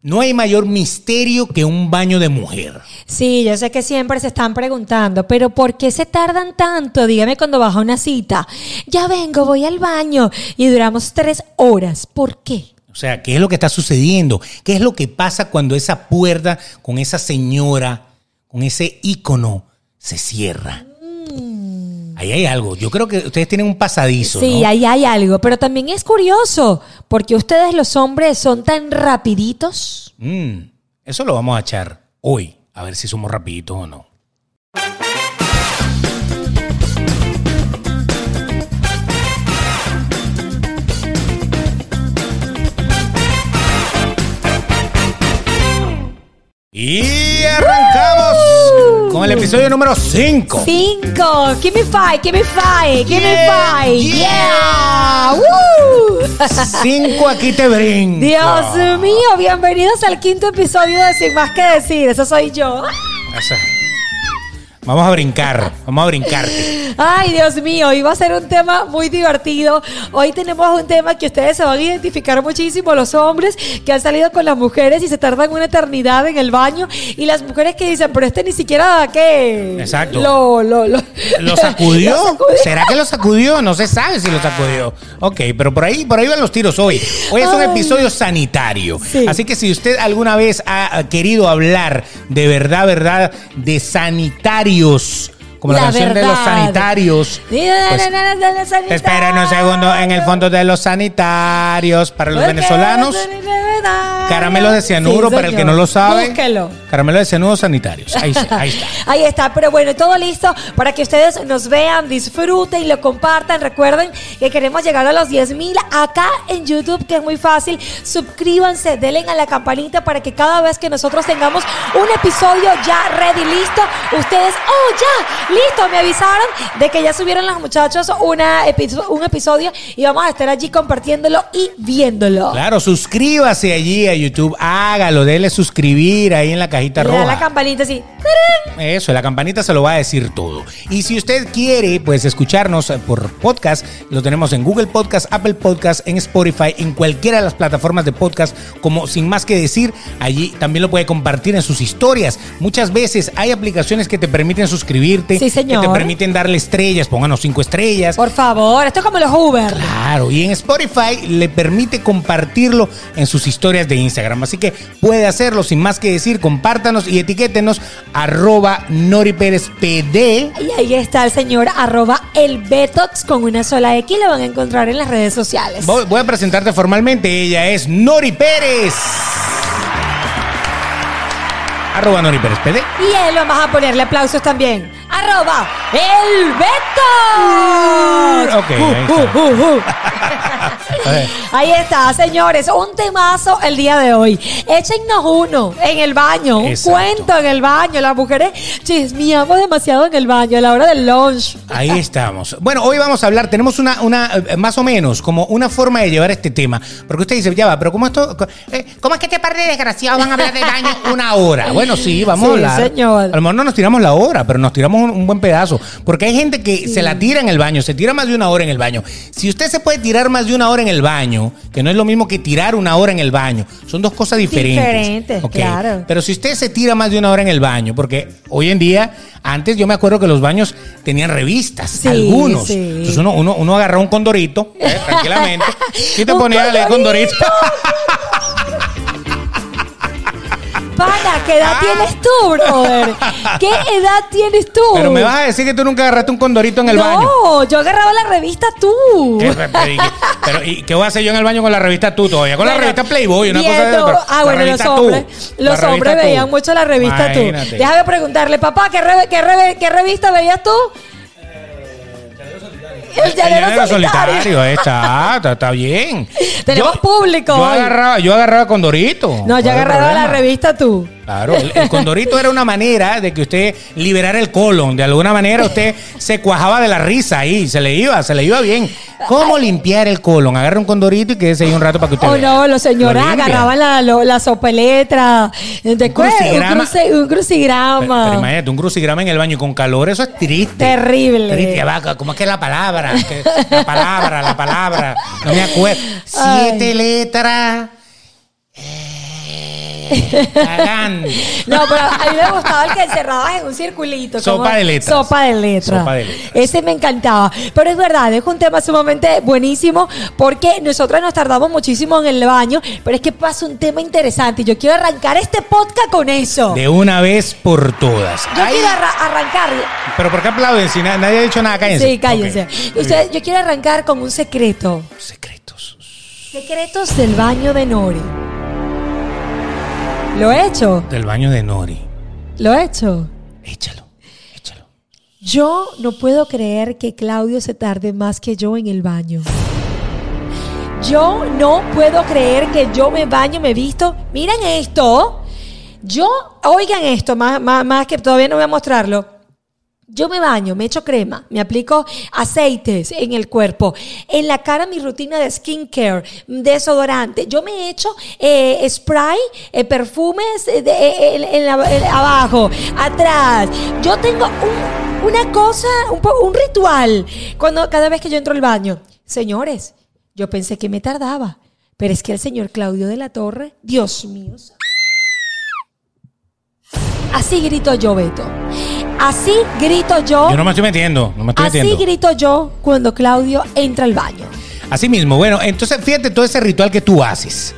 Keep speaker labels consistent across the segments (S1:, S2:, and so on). S1: No hay mayor misterio que un baño de mujer.
S2: Sí, yo sé que siempre se están preguntando, pero ¿por qué se tardan tanto? Dígame cuando baja una cita. Ya vengo, voy al baño y duramos tres horas. ¿Por qué?
S1: O sea, ¿qué es lo que está sucediendo? ¿Qué es lo que pasa cuando esa puerta con esa señora, con ese ícono, se cierra? Ahí hay algo. Yo creo que ustedes tienen un pasadizo.
S2: Sí,
S1: ¿no?
S2: ahí hay algo, pero también es curioso, porque ustedes los hombres son tan rapiditos.
S1: Mm, eso lo vamos a echar hoy, a ver si somos rapiditos o no. Y arrancamos con el episodio número 5.
S2: Cinco. Give me five, give me five, give me five.
S1: Yeah,
S2: Yeah. Woo.
S1: 5 aquí te brinco.
S2: Dios mío, bienvenidos al quinto episodio de Sin Más Que Decir. Eso soy yo.
S1: O sea, Vamos a brincar, vamos a brincarte.
S2: Ay, Dios mío, hoy va a ser un tema muy divertido. Hoy tenemos un tema que ustedes se van a identificar muchísimo, los hombres que han salido con las mujeres y se tardan una eternidad en el baño y las mujeres que dicen, pero este ni siquiera qué.
S1: Exacto.
S2: Lo, lo, lo.
S1: ¿Lo sacudió?
S2: Lo sacudió. Ah.
S1: ¿Será que lo sacudió? No se sabe si lo sacudió. Ok, pero por ahí, por ahí van los tiros hoy. Hoy es un
S2: Ay.
S1: episodio sanitario.
S2: Sí.
S1: Así que si usted alguna vez ha ha querido hablar de verdad, verdad, de sanitarios, como la,
S2: La
S1: canción de los
S2: verdad.
S1: sanitarios.
S2: Ni de-
S1: pues,
S2: de- de- de- de- de- de-
S1: Esperen un segundo, en el fondo de los sanitarios, para los
S2: Porque-
S1: venezolanos, caramelos de cianuro,
S2: Sí,
S1: para el que
S2: señor.
S1: no lo sabe,
S2: Búsquelo.
S1: caramelos de cianuro sanitarios, ahí, sí, ahí está.
S2: Ahí está, pero bueno, todo listo para que ustedes nos vean, disfruten, lo compartan. Recuerden que queremos llegar a los 10.000 acá en YouTube, que es muy fácil. Suscríbanse, denle a la campanita para que cada vez que nosotros tengamos un episodio ya ready, listo, ustedes, oh, ya, listo, me avisaron de que ya subieron los muchachos una episo- un episodio y vamos a estar allí compartiéndolo y viéndolo.
S1: Claro, suscríbase allí a YouTube, hágalo, déle suscribir ahí en la cajita
S2: Le da la
S1: roja.
S2: campanita así.
S1: Eso, la campanita se lo va a decir todo. Y si usted quiere, pues escucharnos eh, por podcast, lo tenemos en Google Podcast, Apple Podcast, en Spotify, en cualquiera de las plataformas de podcast, como sin más que decir, allí también lo puede compartir en sus historias. Muchas veces hay aplicaciones que te permiten suscribirte,
S2: Sí, señor.
S1: que te permiten darle estrellas, pónganos cinco estrellas.
S2: Por favor, esto es como los Uber.
S1: Claro, y en Spotify le permite compartirlo en sus historias de Instagram. Así que puede hacerlo sin más que decir, compártanos y etiquétenos arroba Nori Pérez PD.
S2: Y ahí está el señor arroba el Betox con una sola X. Lo van a encontrar en las redes sociales.
S1: Voy, voy a presentarte formalmente, ella es Nori Pérez. Arroba Nori Pérez PD.
S2: Y él vamos a ponerle aplausos también. Arroba el Betox.
S1: Ok, ahí está.
S2: Uh, uh, uh.
S1: A ver.
S2: Ahí está, señores. Un temazo el día de hoy. Échennos uno en el baño, un
S1: Exacto.
S2: cuento en el baño. Las mujeres chismeamos demasiado en el baño a la hora del lunch.
S1: Ahí estamos. Bueno, hoy vamos a hablar, tenemos una, una, eh, más o menos, como una forma de llevar este tema. Porque usted dice, ya va, pero ¿cómo esto? co- eh, ¿Cómo es que este par de desgraciados van a hablar de daño una hora? Bueno, sí, vamos
S2: Sí,
S1: a hablar.
S2: señor.
S1: A lo mejor no nos tiramos la hora, pero nos tiramos un, un buen pedazo. Porque hay gente que se la tira en el baño, se tira más de una hora en el baño. Si usted se puede tirar más de una hora en el baño, que no es lo mismo que tirar una hora en el baño, son dos cosas diferentes.
S2: Diferentes,
S1: Ok.
S2: claro.
S1: Pero si usted se tira más de una hora en el baño, porque hoy en día, antes yo me acuerdo que los baños tenían revistas,
S2: Sí,
S1: algunos.
S2: sí.
S1: Entonces uno, uno, uno agarraba un condorito, eh, tranquilamente, y te
S2: Un
S1: ponía a leer condorito.
S2: Pana, ¿qué
S1: Ah.
S2: edad tienes tú, brother? ¿Qué edad tienes tú?
S1: Pero me vas a decir que tú nunca agarraste un condorito en el
S2: no,
S1: baño.
S2: yo agarraba la revista tú.
S1: ¿Qué re- Pero, ¿y qué- pero, ¿y qué voy a hacer yo en el baño con la revista Tú todavía? Con la
S2: Bueno,
S1: revista Playboy, una cosa de
S2: viendo-
S1: pero
S2: Ah,
S1: la
S2: bueno, los
S1: revista Tú, la
S2: hombres, los
S1: revista
S2: hombres
S1: Tú.
S2: veían mucho la revista tú.
S1: Imagínate.
S2: Déjame preguntarle, papá, ¿qué, re- qué, re- qué revista veías tú? El llanero
S1: Eh, Llanero
S2: solitario.
S1: solitario, ahí está, está, está bien.
S2: Tenemos público
S1: Yo
S2: hoy.
S1: agarraba, yo agarraba Condorito.
S2: No, yo
S1: hay
S2: agarraba la
S1: problema.
S2: revista tú.
S1: Claro, el, el condorito era una manera de que usted liberara el colon. De alguna manera usted se cuajaba de la risa ahí, se le iba, se le iba bien. ¿Cómo limpiar el colon? Agarra un condorito y quédese ahí un rato para que usted
S2: Oh
S1: vea.
S2: no, los señores
S1: Lo limpia.
S2: agarraban la, lo- la sopeletra, de cuero,
S1: crucigrama.
S2: un, cruci-
S1: Pero,
S2: un
S1: pero
S2: crucigrama.
S1: imagínate, un crucigrama en el baño con calor, eso es triste.
S2: Terrible.
S1: Triste, ya va, ¿cómo es que es la palabra? Que- La palabra, la palabra. No me acuerdo. Siete letras. Eh, Cagando.
S2: No, pero a mí me gustaba el que encerrabas en un circulito.
S1: Sopa de letras.
S2: Sopa de letras.
S1: Sopa de letras.
S2: Ese me encantaba. Pero es verdad, es un tema sumamente buenísimo porque nosotras nos tardamos muchísimo en el baño, pero es que pasa un tema interesante y yo quiero arrancar este podcast con eso.
S1: De una vez por todas.
S2: yo
S1: Ay,
S2: quiero arra- arrancar.
S1: Pero ¿por qué aplauden? Si na- nadie ha dicho nada, cállense.
S2: Sí, cállense.
S1: Ok.
S2: Ustedes- yo quiero arrancar con un secreto.
S1: Secretos
S2: Secretos del baño de Nori. Lo he hecho,
S1: del baño de Nori.
S2: lo he hecho.
S1: Échalo, échalo.
S2: Yo no puedo creer que Claudio se tarde más que yo en el baño. Yo no puedo creer que yo me baño, me visto. Miren esto. Yo, oigan esto, más, más, más que todavía no voy a mostrarlo. Yo me baño, me echo crema, me aplico aceites en el cuerpo, en la cara mi rutina de skincare, mm, desodorante. Yo me echo eh, spray, eh, perfumes eh, de- eh, en- en la- en- abajo, atrás. Yo tengo un- una cosa, un, po- un ritual cuando cada vez que yo entro al baño. Señores, yo pensé que me tardaba, pero es que el señor Claudio de la Torre, Dios mío, así grito yo, Beto. Así grito yo.
S1: Yo no me estoy metiendo, no me estoy
S2: Así
S1: metiendo.
S2: grito yo cuando Claudio entra al baño.
S1: Así mismo, bueno, entonces fíjate todo ese ritual que tú haces.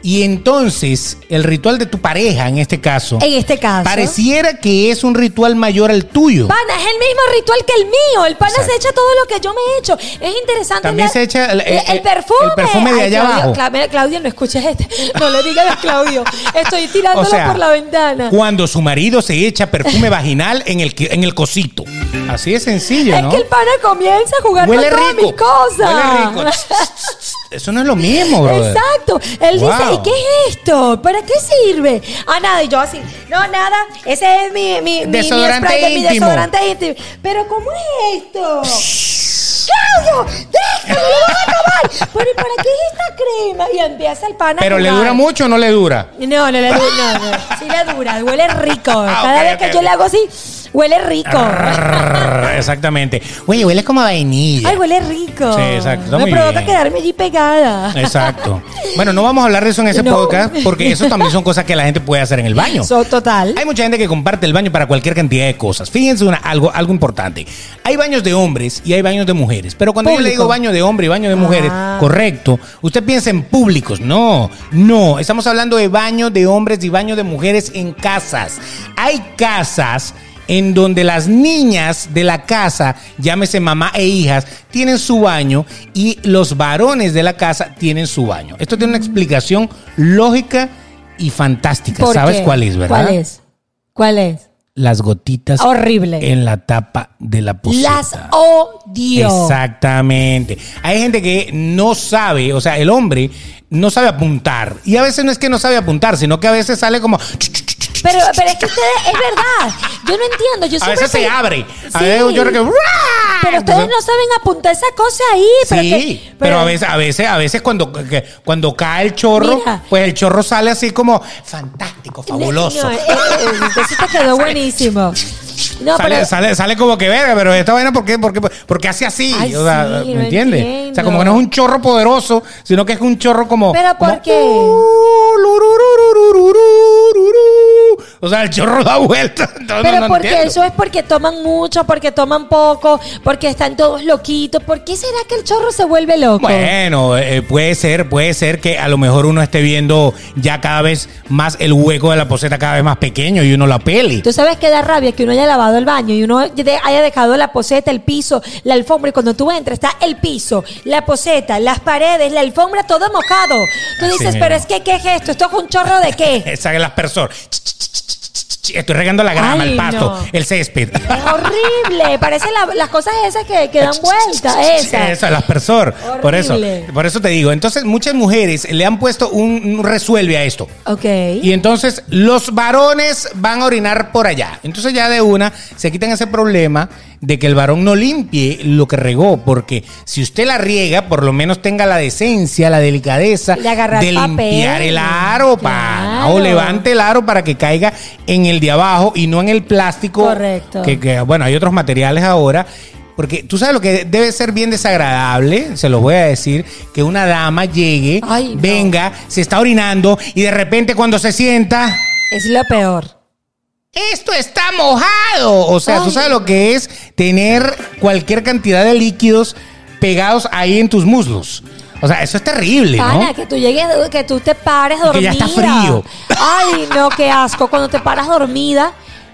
S1: Y entonces, el ritual de tu pareja, en este caso,
S2: En este caso.
S1: pareciera que es un ritual mayor al tuyo.
S2: Pana, es el mismo ritual que el mío. El pana se
S1: Exacto.
S2: echa todo lo que yo me he hecho. Es interesante.
S1: También
S2: la-
S1: se echa el- el- el
S2: perfume.
S1: perfume de
S2: Ay,
S1: allá
S2: Claudio,
S1: abajo.
S2: Cla- mira, Claudio, no escuches este. No le digas a Claudio. Estoy tirándolo por la ventana.
S1: Cuando su marido se echa perfume vaginal en el, que- en el cosito. Así de sencillo,
S2: Es
S1: ¿no?
S2: que el pana comienza a jugar
S1: Huele
S2: con todas
S1: rico.
S2: mis cosas.
S1: Huele rico. Tss, tss, tss. Eso no es lo mismo, brother.
S2: Exacto. Él
S1: Wow.
S2: dice, ¿y qué es esto? ¿Para qué sirve? Ah, nada, y yo así, no, nada, ese es mi, mi, mi- mi
S1: Desodorante
S2: spray de mi
S1: íntimo.
S2: desodorante íntimo. Pero ¿cómo es esto? ¡Claudio! ¡Déjame! ¡Lo voy a acabar! ¿Pero ¿y para qué es esta crema? Y empieza el pana a
S1: Pero le
S2: jugar.
S1: dura mucho o no le dura.
S2: No, no le dura, no, no. Sí le dura, huele rico.
S1: Ah,
S2: Cada
S1: ok,
S2: vez que
S1: ok,
S2: yo
S1: ok.
S2: le hago así, huele rico.
S1: Arr, Exactamente. Oye, huele como a vainilla.
S2: Ay, huele rico.
S1: Sí, exacto, está
S2: Me
S1: muy
S2: provoca
S1: bien.
S2: quedarme allí pegada.
S1: Exacto. Bueno, no vamos a hablar de eso en ese
S2: No.
S1: podcast porque eso también son cosas que la gente puede hacer en el baño.
S2: So, total.
S1: Hay mucha gente que comparte el baño para cualquier cantidad de cosas. Fíjense una- algo, algo importante. Hay baños de hombres y hay baños de mujeres. Pero cuando yo le
S2: Público.
S1: digo baño de hombre y baño de mujeres,
S2: Ah.
S1: correcto, usted piensa en públicos. No, no. Estamos hablando de baño de hombres y baño de mujeres en casas. Hay casas en donde las niñas de la casa, llámese mamá e hijas, tienen su baño y los varones de la casa tienen su baño. Esto tiene una
S2: Mm.
S1: explicación lógica y fantástica.
S2: ¿Por
S1: ¿Sabes
S2: qué?
S1: cuál es, verdad?
S2: ¿Cuál es? ¿Cuál es?
S1: las gotitas
S2: Horrible.
S1: en la tapa de la poceta.
S2: Las odio.
S1: Exactamente. Hay gente que no sabe, o sea, el hombre no sabe apuntar. Y a veces no es que no sabe apuntar, sino que a veces sale como...
S2: Pero, pero es que ustedes, es verdad. Yo no entiendo. Yo
S1: A
S2: siempre
S1: veces se
S2: pe-
S1: abre. A
S2: Sí.
S1: veces yo creo que...
S2: Pero ustedes no saben apuntar esa cosa ahí. Pero
S1: Sí,
S2: que-
S1: pero, a veces, a veces, a veces cuando, que- cuando cae el chorro,
S2: Mira.
S1: pues el chorro sale así como fantástico, fabuloso.
S2: No, eh, eh, entonces te quedó buenísimo. No,
S1: sale,
S2: pero.
S1: sale, sale como que verga, pero esta vaina, ¿por qué? ¿Por qué? ¿Por qué hace así?
S2: Ay,
S1: o sea,
S2: sí,
S1: ¿Me
S2: lo
S1: entiendes?
S2: entiendo.
S1: O sea, como que no es un chorro poderoso, sino que es un chorro como.
S2: ¿Pero por
S1: como- Uh,
S2: qué?
S1: O sea, el chorro da vuelta. No,
S2: pero
S1: no, no
S2: porque
S1: entiendo.
S2: eso es porque toman mucho, porque toman poco, porque están todos loquitos. ¿Por qué será que el chorro se vuelve loco?
S1: Bueno, eh, puede ser, puede ser que a lo mejor uno esté viendo ya cada vez más el hueco de la poseta cada vez más pequeño y uno la pele.
S2: Tú sabes que da rabia que uno haya lavado el baño y uno de- haya dejado la poseta, el piso, la alfombra. Y cuando tú entras, está el piso, la poseta, las paredes, la alfombra, todo mojado. Tú
S1: Así
S2: dices,
S1: mismo.
S2: pero es que, ¿qué es esto? ¿Esto es un chorro de qué?
S1: Esa es el aspersor. Estoy regando la grama,
S2: Ay,
S1: el pasto,
S2: no.
S1: el césped.
S2: Es horrible. Parece la- las cosas esas que, que dan vuelta. Esas.
S1: Eso, el aspersor.
S2: Horrible.
S1: Por eso, por eso te digo. Entonces, muchas mujeres le han puesto un, un resuelve a esto.
S2: Ok.
S1: Y entonces los varones van a orinar por allá. Entonces ya de una se quitan ese problema de que el varón no limpie lo que regó, porque si usted la riega, por lo menos tenga la decencia, la delicadeza
S2: De agarrar
S1: limpiar
S2: papel.
S1: el aro, pana,
S2: Claro.
S1: o levante el aro para que caiga en el de abajo y no en el plástico.
S2: Correcto.
S1: Que, que, bueno, hay otros materiales ahora Porque tú sabes lo que debe ser bien desagradable, se lo voy a decir, que una dama llegue,
S2: Ay, no.
S1: venga, se está orinando y de repente cuando se sienta,
S2: Es lo peor.
S1: esto está mojado. O sea, tú
S2: Ay.
S1: sabes lo que es tener cualquier cantidad de líquidos pegados ahí en tus muslos. O sea, eso es terrible, ¿no?
S2: Pana, que tú llegues, que tú te pares
S1: que ya
S2: dormida.
S1: está frío.
S2: Ay, no, qué asco. Cuando te paras dormida,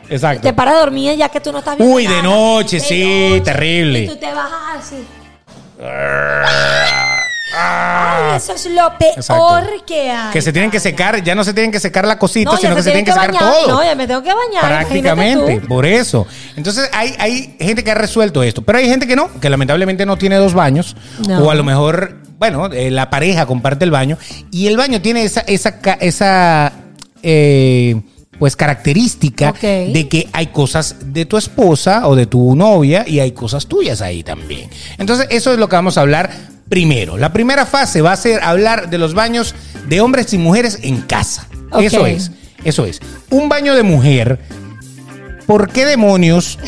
S1: Exacto.
S2: te paras dormida ya que tú no estás bien.
S1: Uy, de noche, sí, terrible.
S2: Y tú te bajas así. Ay, eso es lo peor
S1: Ah, Exacto.
S2: que hay.
S1: Que se tienen que secar, ya no se tienen que secar la cosita,
S2: No, ya
S1: sino que se tienen que, secar
S2: bañar.
S1: todo.
S2: No, ya me tengo que bañar.
S1: Prácticamente,
S2: imagínate tú.
S1: por eso. Entonces hay, hay gente que ha resuelto esto, pero hay gente que no, que lamentablemente no tiene dos baños,
S2: No.
S1: o a lo mejor, bueno, eh, la pareja comparte el baño, y el baño tiene esa, esa, ca- esa eh, pues característica
S2: Ok.
S1: de que hay cosas de tu esposa o de tu novia y hay cosas tuyas ahí también. Entonces eso es lo que vamos a hablar. Primero, la primera fase va a ser hablar de los baños de hombres y mujeres en casa.
S2: Ok.
S1: Eso es, eso es. Un baño de mujer ¿Por qué demonios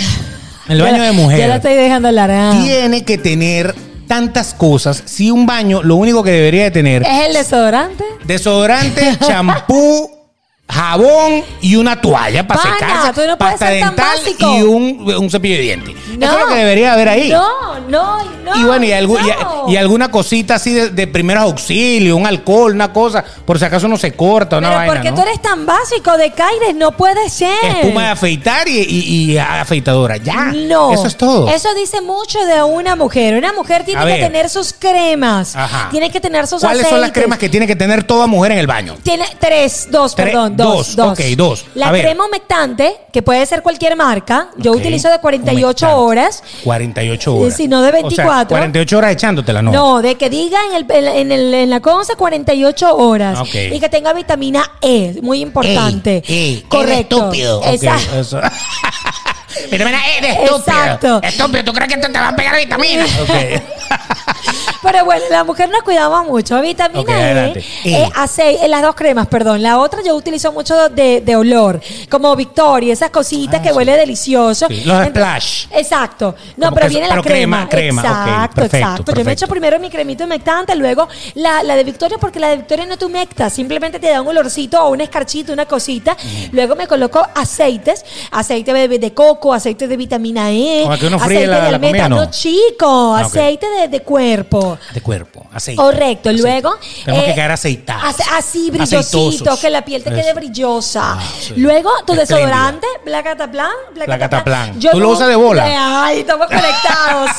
S1: el baño
S2: Ya-
S1: de
S2: Ya la
S1: mujer
S2: estoy Ah. dejando larga.
S1: tiene que tener tantas cosas si un baño lo único que debería de tener
S2: Es el desodorante.
S1: desodorante, champú, jabón y una toalla para
S2: Pana,
S1: secarse,
S2: tú no puedes
S1: pasta
S2: ser tan
S1: dental
S2: básico.
S1: y un, un cepillo de dientes?
S2: No.
S1: Eso es lo que debería haber ahí.
S2: No, no, no.
S1: Y bueno, y, algu- y a-
S2: no.
S1: y alguna cosita así de, de primeros auxilios, un alcohol, una cosa, por si acaso uno se corta, una
S2: Pero
S1: vaina.
S2: ¿por qué
S1: ¿no?
S2: tú eres tan básico de Caires? No puede ser.
S1: Espuma de afeitar y, y- y afeitadora. Ya.
S2: No.
S1: Eso es todo.
S2: Eso dice mucho de una mujer. Una mujer tiene
S1: A
S2: que
S1: ver.
S2: tener sus cremas.
S1: Ajá.
S2: Tiene que tener sus
S1: ¿Cuáles son las
S2: aceites.
S1: cremas que tiene que tener toda mujer en el baño?
S2: Tiene tres, dos,
S1: Tres,
S2: perdón, dos,
S1: dos, ok, dos.
S2: La
S1: A ver.
S2: crema humectante, que puede ser cualquier marca. Yo
S1: Ok.
S2: utilizo de 48
S1: Humectante.
S2: horas.
S1: 48 horas.
S2: Sí, sí, no de
S1: O sea,
S2: 24.
S1: 48 horas echándotela, ¿no?
S2: No. de que diga en, el, en, el- en la consa 48 horas.
S1: Ok.
S2: Y que tenga vitamina E, muy importante.
S1: Ey, ey,
S2: Correcto.
S1: eres E, estúpido. Ok,
S2: Exacto.
S1: eso. Mira, mira, eres estúpido.
S2: Exacto.
S1: Estúpido, ¿tú crees que esto te va a pegar vitamina? Ok.
S2: Pero bueno, la mujer nos cuidaba mucho. Vitamina
S1: Ok, adelante.
S2: E,
S1: E.
S2: eh, aceite, eh, las dos cremas, perdón. La otra yo utilizo mucho de, de olor, como Victoria, esas cositas
S1: Ah,
S2: que
S1: sí.
S2: huele delicioso.
S1: Sí, los
S2: Ent-
S1: splash.
S2: Exacto. No,
S1: Como
S2: pero
S1: que-
S2: viene
S1: pero
S2: la crema.
S1: crema, crema, ok,
S2: Exacto,
S1: perfecto,
S2: exacto. Yo me
S1: perfecto.
S2: echo primero mi cremito humectante, luego la, la de Victoria, porque la de Victoria no te humecta, simplemente te da un olorcito o un escarchito, una cosita.
S1: Mm.
S2: Luego me coloco aceites, aceite de, de coco, aceite de vitamina E,
S1: Como que uno fríe
S2: aceite
S1: la-
S2: de
S1: la comida,
S2: almendra.
S1: ¿no?
S2: No, chico,
S1: Ah, ok.
S2: aceite de- de cuerpo.
S1: De cuerpo, aceite.
S2: Correcto,
S1: Aceite.
S2: luego.
S1: Tenemos
S2: eh,
S1: que quedar aceitados.
S2: ace- Así, brillosito,
S1: Aceitosos.
S2: que la piel te quede
S1: Eso.
S2: brillosa.
S1: Ah, sí.
S2: Luluego, tu
S1: Espléndida.
S2: desodorante, placataplan,
S1: Placataplan. ¿Tú lo
S2: como-
S1: usas de bola?
S2: Eh, Ay, estamos conectados.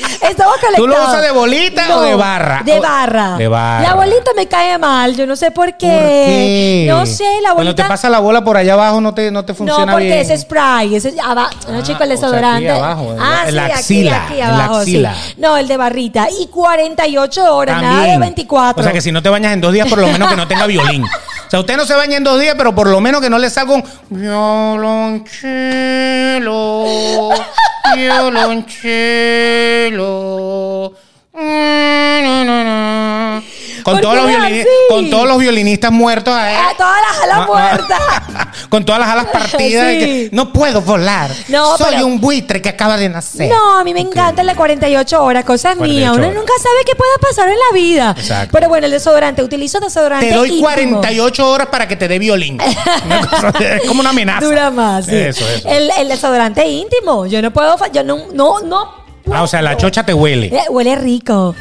S2: Estamos conectados.
S1: ¿Tú lo usas de bolita o de barra? Oh,
S2: De barra.
S1: De barra.
S2: La bolita me cae mal, yo no sé por qué.
S1: ¿Por qué?
S2: No sé, la bolita.
S1: Cuando te pasa la bola por allá abajo no te, no te funciona
S2: No, porque
S1: bien.
S2: ese spray, ese abajo, no,
S1: Ah,
S2: chico, el
S1: o sea, aquí
S2: desodorante.
S1: abajo,
S2: ah,
S1: en la
S2: sí, aquí,
S1: axila,
S2: aquí
S1: en la
S2: abajo, sí.
S1: axila.
S2: No, el de barrita. Y 48 horas, nada de
S1: También.
S2: 24.
S1: O sea que si no te bañas en dos días, por lo menos que no tenga violín. O sea, usted no se baña en dos días, pero por lo menos que no le salga un violonchelo, violonchelo. Mm, na, na, na". Con
S2: ¿Por
S1: todos,
S2: qué
S1: los
S2: es
S1: violini-
S2: así?
S1: con todos los violinistas muertos. eh.
S2: Ah, todas las a la
S1: Ma- ma-
S2: puerta.
S1: con todas las alas partidas. de
S2: Sí.
S1: que, no puedo volar.
S2: No,
S1: Soy
S2: pero-
S1: un buitre que acaba de nacer.
S2: No, a mí me encanta el de 48 horas, cosas
S1: 48
S2: mías. Uno
S1: horas.
S2: nunca sabe qué pueda pasar en la vida.
S1: Exacto.
S2: Pero bueno, el desodorante, utilizo desodorante.
S1: Te doy
S2: íntimo.
S1: 48 horas para que te dé violín. Una cosa de- es como una amenaza.
S2: Dura más. sí.
S1: Eso, eso.
S2: El, el desodorante íntimo. Yo no puedo. fa- Yo no. No, no.
S1: Ah, o sea, la chocha te huele.
S2: Eh, huele rico.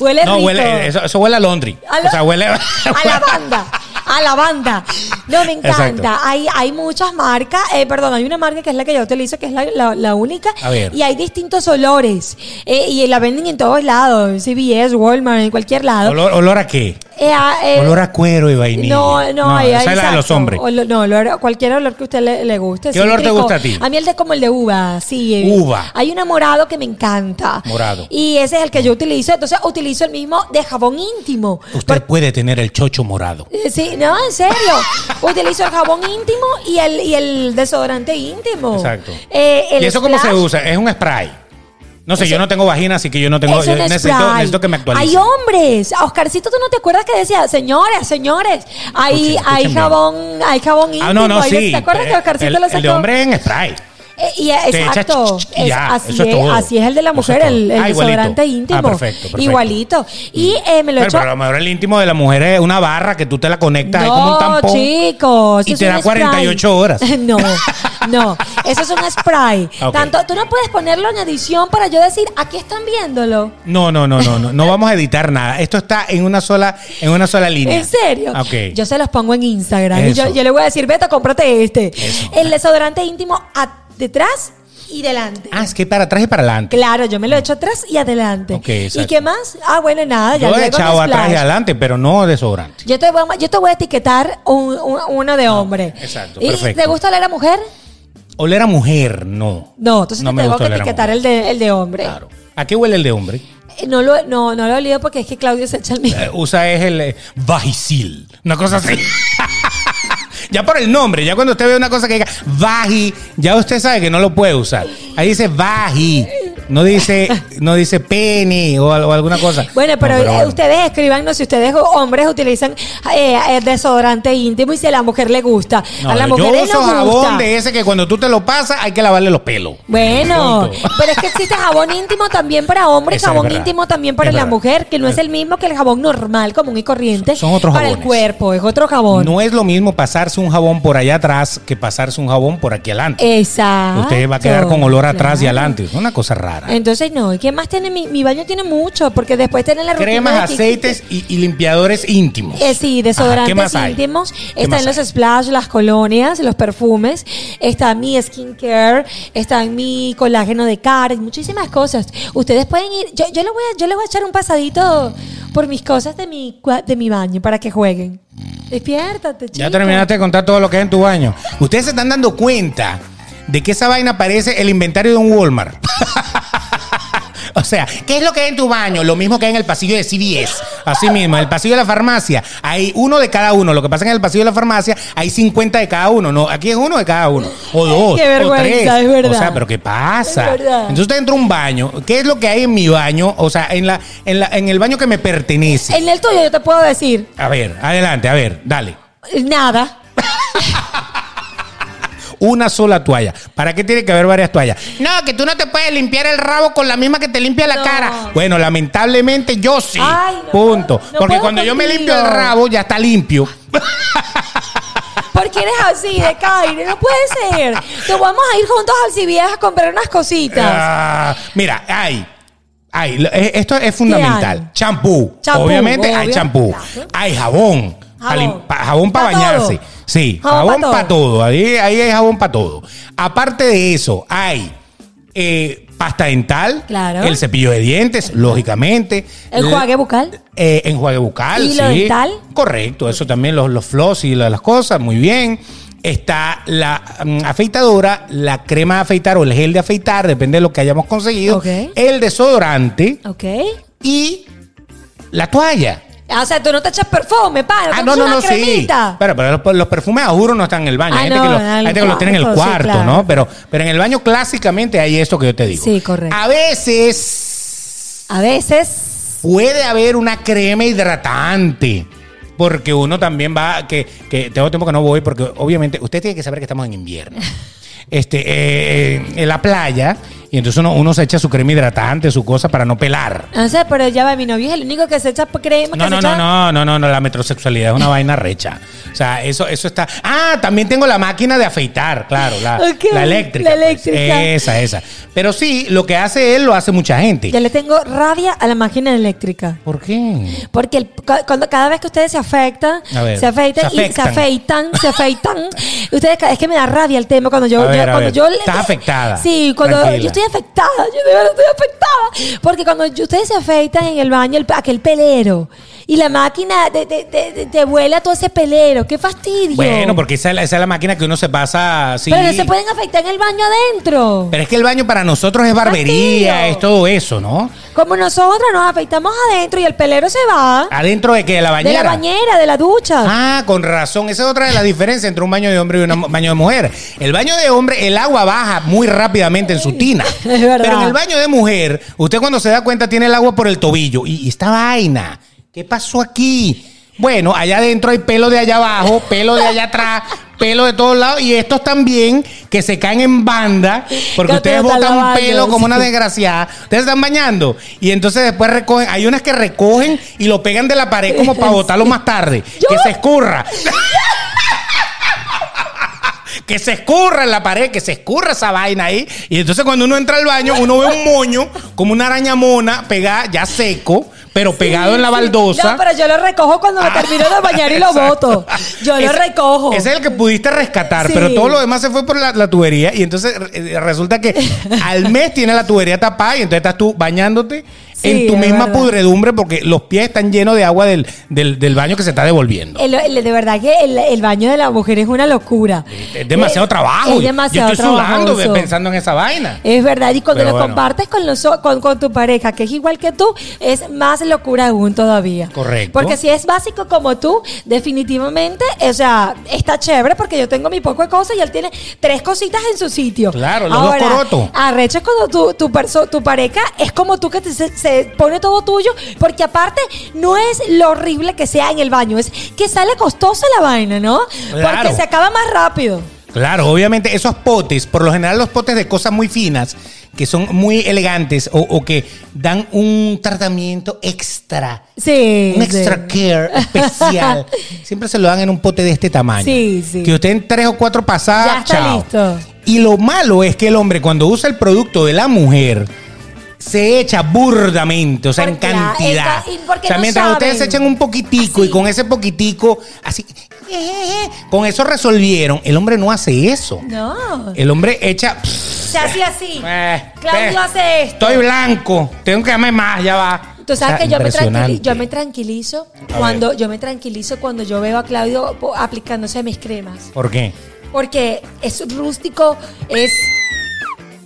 S2: huele
S1: No,
S2: rico.
S1: huele, eso, eso huele a Londres.
S2: A lo-
S1: O sea, huele.
S2: A la banda. A la banda. No, me
S1: Exacto.
S2: encanta. Hay, hay muchas marcas. eh, perdón, hay una marca que es la que yo utilizo, que es la, la- la única.
S1: A ver.
S2: Y hay distintos olores. eh, y la venden en todos lados. En CVS, Walmart, en cualquier lado.
S1: ¿Olor, olor a qué?
S2: Eh, ah, eh,
S1: Olor a cuero y vainilla.
S2: no, no, ahí-
S1: esa
S2: ahí,
S1: es la de
S2: exacto.
S1: los hombres.
S2: Olo- no, olor- cualquier olor que a usted le, le guste.
S1: ¿Qué olor te
S2: cítrico.
S1: gusta a ti?
S2: A mí el de como el de uva, sí. eh.
S1: Uva.
S2: Hay un morado que me encanta.
S1: Morado.
S2: Y ese es el que yo utilizo. Entonces utilizo el mismo de jabón íntimo.
S1: Usted puede tener el chocho morado.
S2: Eh, Sí, no, en serio. Utilizo el jabón íntimo y el, y el desodorante íntimo.
S1: Exacto.
S2: Eh, el
S1: ¿Y eso cómo se
S2: splash.
S1: usa? Es un spray. No sé, yo no tengo vagina, así que yo no tengo.
S2: Eso
S1: yo
S2: no es
S1: necesito,
S2: Pride.
S1: necesito que me actualice.
S2: Hay hombres. A Oscarcito, ¿tú no te acuerdas que decía, señores, señores? Hay,
S1: Escuchen,
S2: hay
S1: escuchen
S2: jabón, hay jabón íntimo.
S1: ah, no, no,
S2: hay-
S1: sí.
S2: ¿Te acuerdas que
S1: Eh,
S2: Oscarcito
S1: el,
S2: lo
S1: el
S2: sacó?
S1: de hombre en spray.
S2: Eh, y, eh,
S1: Te echa
S2: exacto.
S1: ch, ch, ch, y
S2: Es-
S1: ya,
S2: así,
S1: eso es
S2: es,
S1: todo.
S2: así es el de la
S1: Eso es
S2: mujer,
S1: todo.
S2: el, el
S1: Ah, igualito.
S2: desodorante
S1: Ah,
S2: íntimo.
S1: perfecto, perfecto. Mm.
S2: Igualito. Y eh, me lo
S1: Pero,
S2: he hecho.
S1: pero a lo mejor el íntimo de la mujer es una barra que tú te la conectas ahí como un tampón.
S2: chicos.
S1: Y
S2: eso
S1: te
S2: es un
S1: da
S2: spray.
S1: 48 horas.
S2: No, no. Eso es un spray.
S1: Ok.
S2: Tanto, tú no puedes ponerlo en edición para yo decir, aquí están viéndolo.
S1: No, no, no, no, no. No vamos a editar nada. Esto está en una sola, en una sola línea.
S2: ¿En serio?
S1: Ah, Ok.
S2: Yo se los pongo en Instagram. Y
S1: Eso.
S2: yo, yo le voy a decir, Beto, cómprate este. El desodorante íntimo a- detrás y delante.
S1: Ah, es que para atrás y para adelante.
S2: Claro, yo me lo echo atrás y adelante.
S1: Ok, exacto.
S2: ¿Y qué más? Ah, bueno, nada. Ya
S1: Yo
S2: luego
S1: he
S2: me
S1: echado atrás y
S2: splash.
S1: adelante, pero no desodorante.
S2: Yo te, voy a, yo te voy a etiquetar un- un- uno de hombre.
S1: Ah, exacto,
S2: ¿Y
S1: perfecto.
S2: te gusta leer a mujer?
S1: Oler a mujer, no.
S2: No, entonces
S1: No
S2: te
S1: me
S2: tengo
S1: gusta
S2: que
S1: oler a
S2: etiquetar
S1: mujer.
S2: el de, el de hombre.
S1: Claro. ¿A qué huele el de hombre?
S2: Eh, No lo, no, no lo he olido porque es que Claudio se echa el mío.
S1: Eh, usa es el eh, Vagisil. Una cosa así. ya por el nombre, ya cuando usted ve una cosa que diga Vagi, ya usted sabe que no lo puede usar. Ahí dice Vagi. No dice, no dice pene o, al- o alguna cosa.
S2: Bueno,
S1: No,
S2: pero, eh,
S1: bueno.
S2: ustedes escribanos si ustedes hombres utilizan eh, eh, desodorante íntimo y si a la mujer le gusta.
S1: No,
S2: a la
S1: yo
S2: mujer le
S1: uso
S2: gusta.
S1: jabón de ese que cuando tú te lo pasas hay que lavarle los pelos.
S2: Bueno,
S1: Punto.
S2: pero es que existe jabón íntimo también para hombres,
S1: Eso es
S2: jabón
S1: verdad.
S2: íntimo también para
S1: Es
S2: la
S1: verdad. Eh.
S2: mujer, que no es el mismo que el jabón normal, común y corriente.
S1: Son- son otros
S2: Para
S1: jabones.
S2: el cuerpo, es otro jabón.
S1: No es lo mismo pasarse un jabón por allá atrás que pasarse un jabón por aquí adelante.
S2: Exacto.
S1: Usted va a quedar con olor atrás y
S2: Claro.
S1: adelante. Es una cosa rara.
S2: Entonces, no. ¿Y qué más tiene? Mi, mi baño tiene mucho, porque después tiene la rutina
S1: Cremas,
S2: de que-
S1: aceites y, y limpiadores íntimos.
S2: Eh, sí,
S1: Ajá, ¿qué
S2: desodorantes
S1: más hay?
S2: íntimos.
S1: ¿Qué más
S2: Están los
S1: hay?
S2: splash, las colonias, los perfumes. Está mi skincare. Está mi colágeno de cara. y Muchísimas cosas. Ustedes pueden ir. Yo, yo, le voy a, yo le voy a echar un pasadito por mis cosas de mi, cua- de mi baño para que jueguen. Despiértate, chica.
S1: Ya terminaste de contar todo lo que hay en tu baño. Ustedes se están dando cuenta de que esa vaina parece el inventario de un Walmart. O sea, ¿qué es lo que hay en tu baño? Lo mismo que hay en el pasillo de CVS. Así mismo, en el pasillo de la farmacia. Hay uno de cada uno. Lo que pasa es que en el pasillo de la farmacia hay 50 de cada uno. No, aquí es uno de cada uno. O dos.
S2: Qué vergüenza,
S1: o tres.
S2: es verdad.
S1: O sea, pero ¿qué pasa?
S2: Es verdad.
S1: Entonces usted entra a un baño. ¿Qué es lo que hay en mi baño? O sea, en, la, en, la, en el baño que me pertenece.
S2: En el tuyo yo te puedo decir
S1: A ver, adelante, a ver, dale.
S2: nada.
S1: Una sola toalla. ¿Para qué tiene que haber varias toallas? No, que tú no te puedes limpiar el rabo con la misma que te limpia la
S2: No.
S1: cara. Bueno, lamentablemente yo sí.
S2: Ay, no
S1: Punto.
S2: puedo- no
S1: Porque
S2: puedo
S1: cuando yo me
S2: contigo.
S1: limpio el rabo, ya está limpio.
S2: Porque eres así de caire. No puede ser. Te vamos a ir juntos al CVS a comprar unas cositas.
S1: Ah, mira, hay. hay. Lo- eh, Esto es fundamental.
S2: hay?
S1: Champú.
S2: Champú,
S1: Obviamente hay
S2: obvio.
S1: champú.
S2: Claro.
S1: Hay jabón. Pa lim-
S2: Jabón.
S1: pa- Jabón para
S2: Pa' todo.
S1: bañarse. Sí,
S2: Jabón
S1: jabón,
S2: pa'
S1: para todo. Ahí, ahí hay jabón para todo. Aparte de eso, hay eh, pasta dental,
S2: Claro.
S1: el cepillo de dientes, lógicamente.
S2: El
S1: juague
S2: juague bucal.
S1: eh, enjuague bucal.
S2: ¿Y lo
S1: sí.
S2: dental?
S1: Correcto, eso también, los, los floss y la- las cosas, muy bien. Está la mm, afeitadora, la crema de afeitar o el gel de afeitar, depende de lo que hayamos conseguido.
S2: Ok.
S1: El desodorante
S2: Ok.
S1: y la toalla.
S2: Ah, O sea, tú no te echas perfume, para.
S1: Ah, no, no, no, sí.
S2: cremita.
S1: Pero, pero los, los perfumes a juro no están en el baño.
S2: Ah,
S1: hay gente,
S2: no,
S1: que, lo,
S2: en
S1: hay
S2: el
S1: gente que lo tiene en el
S2: cuarto, sí,
S1: cuarto,
S2: claro.
S1: ¿no? Pero, pero en el baño clásicamente hay esto que yo te digo.
S2: Sí, correcto.
S1: A veces
S2: A veces.
S1: puede haber una crema hidratante. Porque uno también va, que, que tengo tiempo que no voy, porque obviamente usted tiene que saber que estamos en invierno. Este, eh, en la playa, y entonces uno, uno se echa su crema hidratante, su cosa para no pelar.
S2: No sé, pero ya va, mi novio es el único que se echa crema.
S1: No,
S2: que
S1: no,
S2: se
S1: no,
S2: echa-
S1: no, no, no, no, la metrosexualidad es una vaina recha. O sea, eso, eso está. Ah, también tengo la máquina de afeitar, claro, la,
S2: Ok,
S1: la eléctrica.
S2: la
S1: pues.
S2: eléctrica.
S1: Esa, esa. Pero sí, lo que hace él lo hace mucha gente.
S2: Ya le tengo rabia a la máquina eléctrica.
S1: ¿Por qué?
S2: Porque el- ca- cuando, cada vez que ustedes se afectan,
S1: A ver,
S2: se afeitan
S1: se
S2: y se afeitan, se afeitan. ustedes, ca- es que me da rabia el tema cuando yo.
S1: A
S2: yo-
S1: ver, a
S2: cuando
S1: ver.
S2: yo le-
S1: Estás afectada.
S2: Sí, cuando
S1: Tranquila.
S2: yo estoy afectada, yo de verdad estoy afectada. Porque cuando yo- ustedes se afeitan en el baño, el- aquel pelero. Y y la máquina te, te- te- te vuela todo ese pelero. ¡Qué fastidio!
S1: Bueno, porque esa es, la, esa es la máquina que uno se pasa así.
S2: Pero no se pueden afeitar en el baño adentro.
S1: Pero es que el baño para nosotros es barbería,
S2: Fastidio.
S1: es todo eso, ¿no?
S2: Como nosotros nos afeitamos adentro y el pelero se va.
S1: Adentro de que la bañera.
S2: De la bañera, de la ducha.
S1: Ah, con razón. Esa es otra de las diferencias entre un baño de hombre y un baño de mujer. El baño de hombre, el agua baja muy rápidamente en su tina.
S2: Es verdad.
S1: Pero en el baño de mujer, usted cuando se da cuenta tiene el agua por el tobillo. Y, y esta vaina, ¿qué pasó aquí? Bueno, allá adentro hay pelo de allá abajo, pelo de allá atrás, pelo de todos lados. Y estos también que se caen en banda porque
S2: Que te
S1: ustedes
S2: lo están
S1: botan
S2: lavando,
S1: pelo como una
S2: sí.
S1: desgraciada. Ustedes están bañando y entonces después recogen. Hay unas que recogen y lo pegan de la pared como para botarlo más tarde.
S2: Yo-
S1: Que se escurra. que se escurra en la pared, que se escurra esa vaina ahí. Y entonces cuando uno entra al baño, uno ve un moño como una araña mona pegada, ya seco, pero pegado en la baldosa. Ah,
S2: No, pero yo lo recojo cuando me termino de bañar y lo
S1: Exacto.
S2: boto. Yo lo
S1: Ese-
S2: recojo.
S1: Ese es el que pudiste rescatar,
S2: Sí.
S1: pero todo lo demás se fue por la, la tubería. Y entonces eh, resulta que al mes tiene la tubería tapada y entonces estás tú bañándote
S2: Sí,
S1: en tu
S2: es
S1: misma
S2: verdad.
S1: pudredumbre porque los pies están llenos de agua del, del- del baño que se está devolviendo.
S2: El- el- de verdad que el, el baño de la mujer es una locura.
S1: es demasiado
S2: Eh,
S1: trabajo.
S2: Es demasiado
S1: Yo estoy sudando
S2: trabajoso.
S1: pensando en esa vaina.
S2: Es verdad, y cuando
S1: Pero
S2: lo
S1: bueno.
S2: compartes con, los, con, con tu pareja, que es igual que tú, es más locura aún todavía.
S1: Correcto.
S2: Porque si es básico como tú, definitivamente, o sea, está chévere porque yo tengo mi poco de cosas y él tiene tres cositas en su sitio.
S1: Claro, los dos corotos.
S2: Arrecho es cuando tu, tu, perso- tu pareja es como tú que te- se, se pone todo tuyo, porque aparte no es lo horrible que sea en el baño, es que sale costosa la vaina, ¿no?
S1: Claro.
S2: Porque se acaba más rápido.
S1: Claro, obviamente esos potes, por lo general los potes de cosas muy finas, que son muy elegantes o, o que dan un tratamiento extra.
S2: Sí.
S1: un
S2: sí.
S1: extra care especial. Siempre se lo dan en un pote de este tamaño.
S2: Sí, sí.
S1: Que usted en tres o cuatro pasadas.
S2: Ya está
S1: chao.
S2: listo.
S1: Y lo malo es que el hombre, cuando usa el producto de la mujer, se echa burdamente, o sea,
S2: Porque
S1: en
S2: la-
S1: cantidad.
S2: esta- y porque
S1: o sea,
S2: no
S1: mientras
S2: saben.
S1: ustedes se echan un poquitico y con ese poquitico, así, eh, eh, eh, con eso resolvieron. El hombre no hace eso.
S2: No.
S1: El hombre echa.
S2: Se hace así.
S1: eh, eh,
S2: Claudio hace esto.
S1: Estoy blanco, tengo que darme más, ya va.
S2: Tú sabes
S1: O sea,
S2: que yo me, tranquili-
S1: impresionante.
S2: yo me tranquilizo
S1: ver.
S2: cuando yo me tranquilizo cuando yo veo a Claudio po- aplicándose mis cremas.
S1: ¿Por qué?
S2: Porque es rústico, es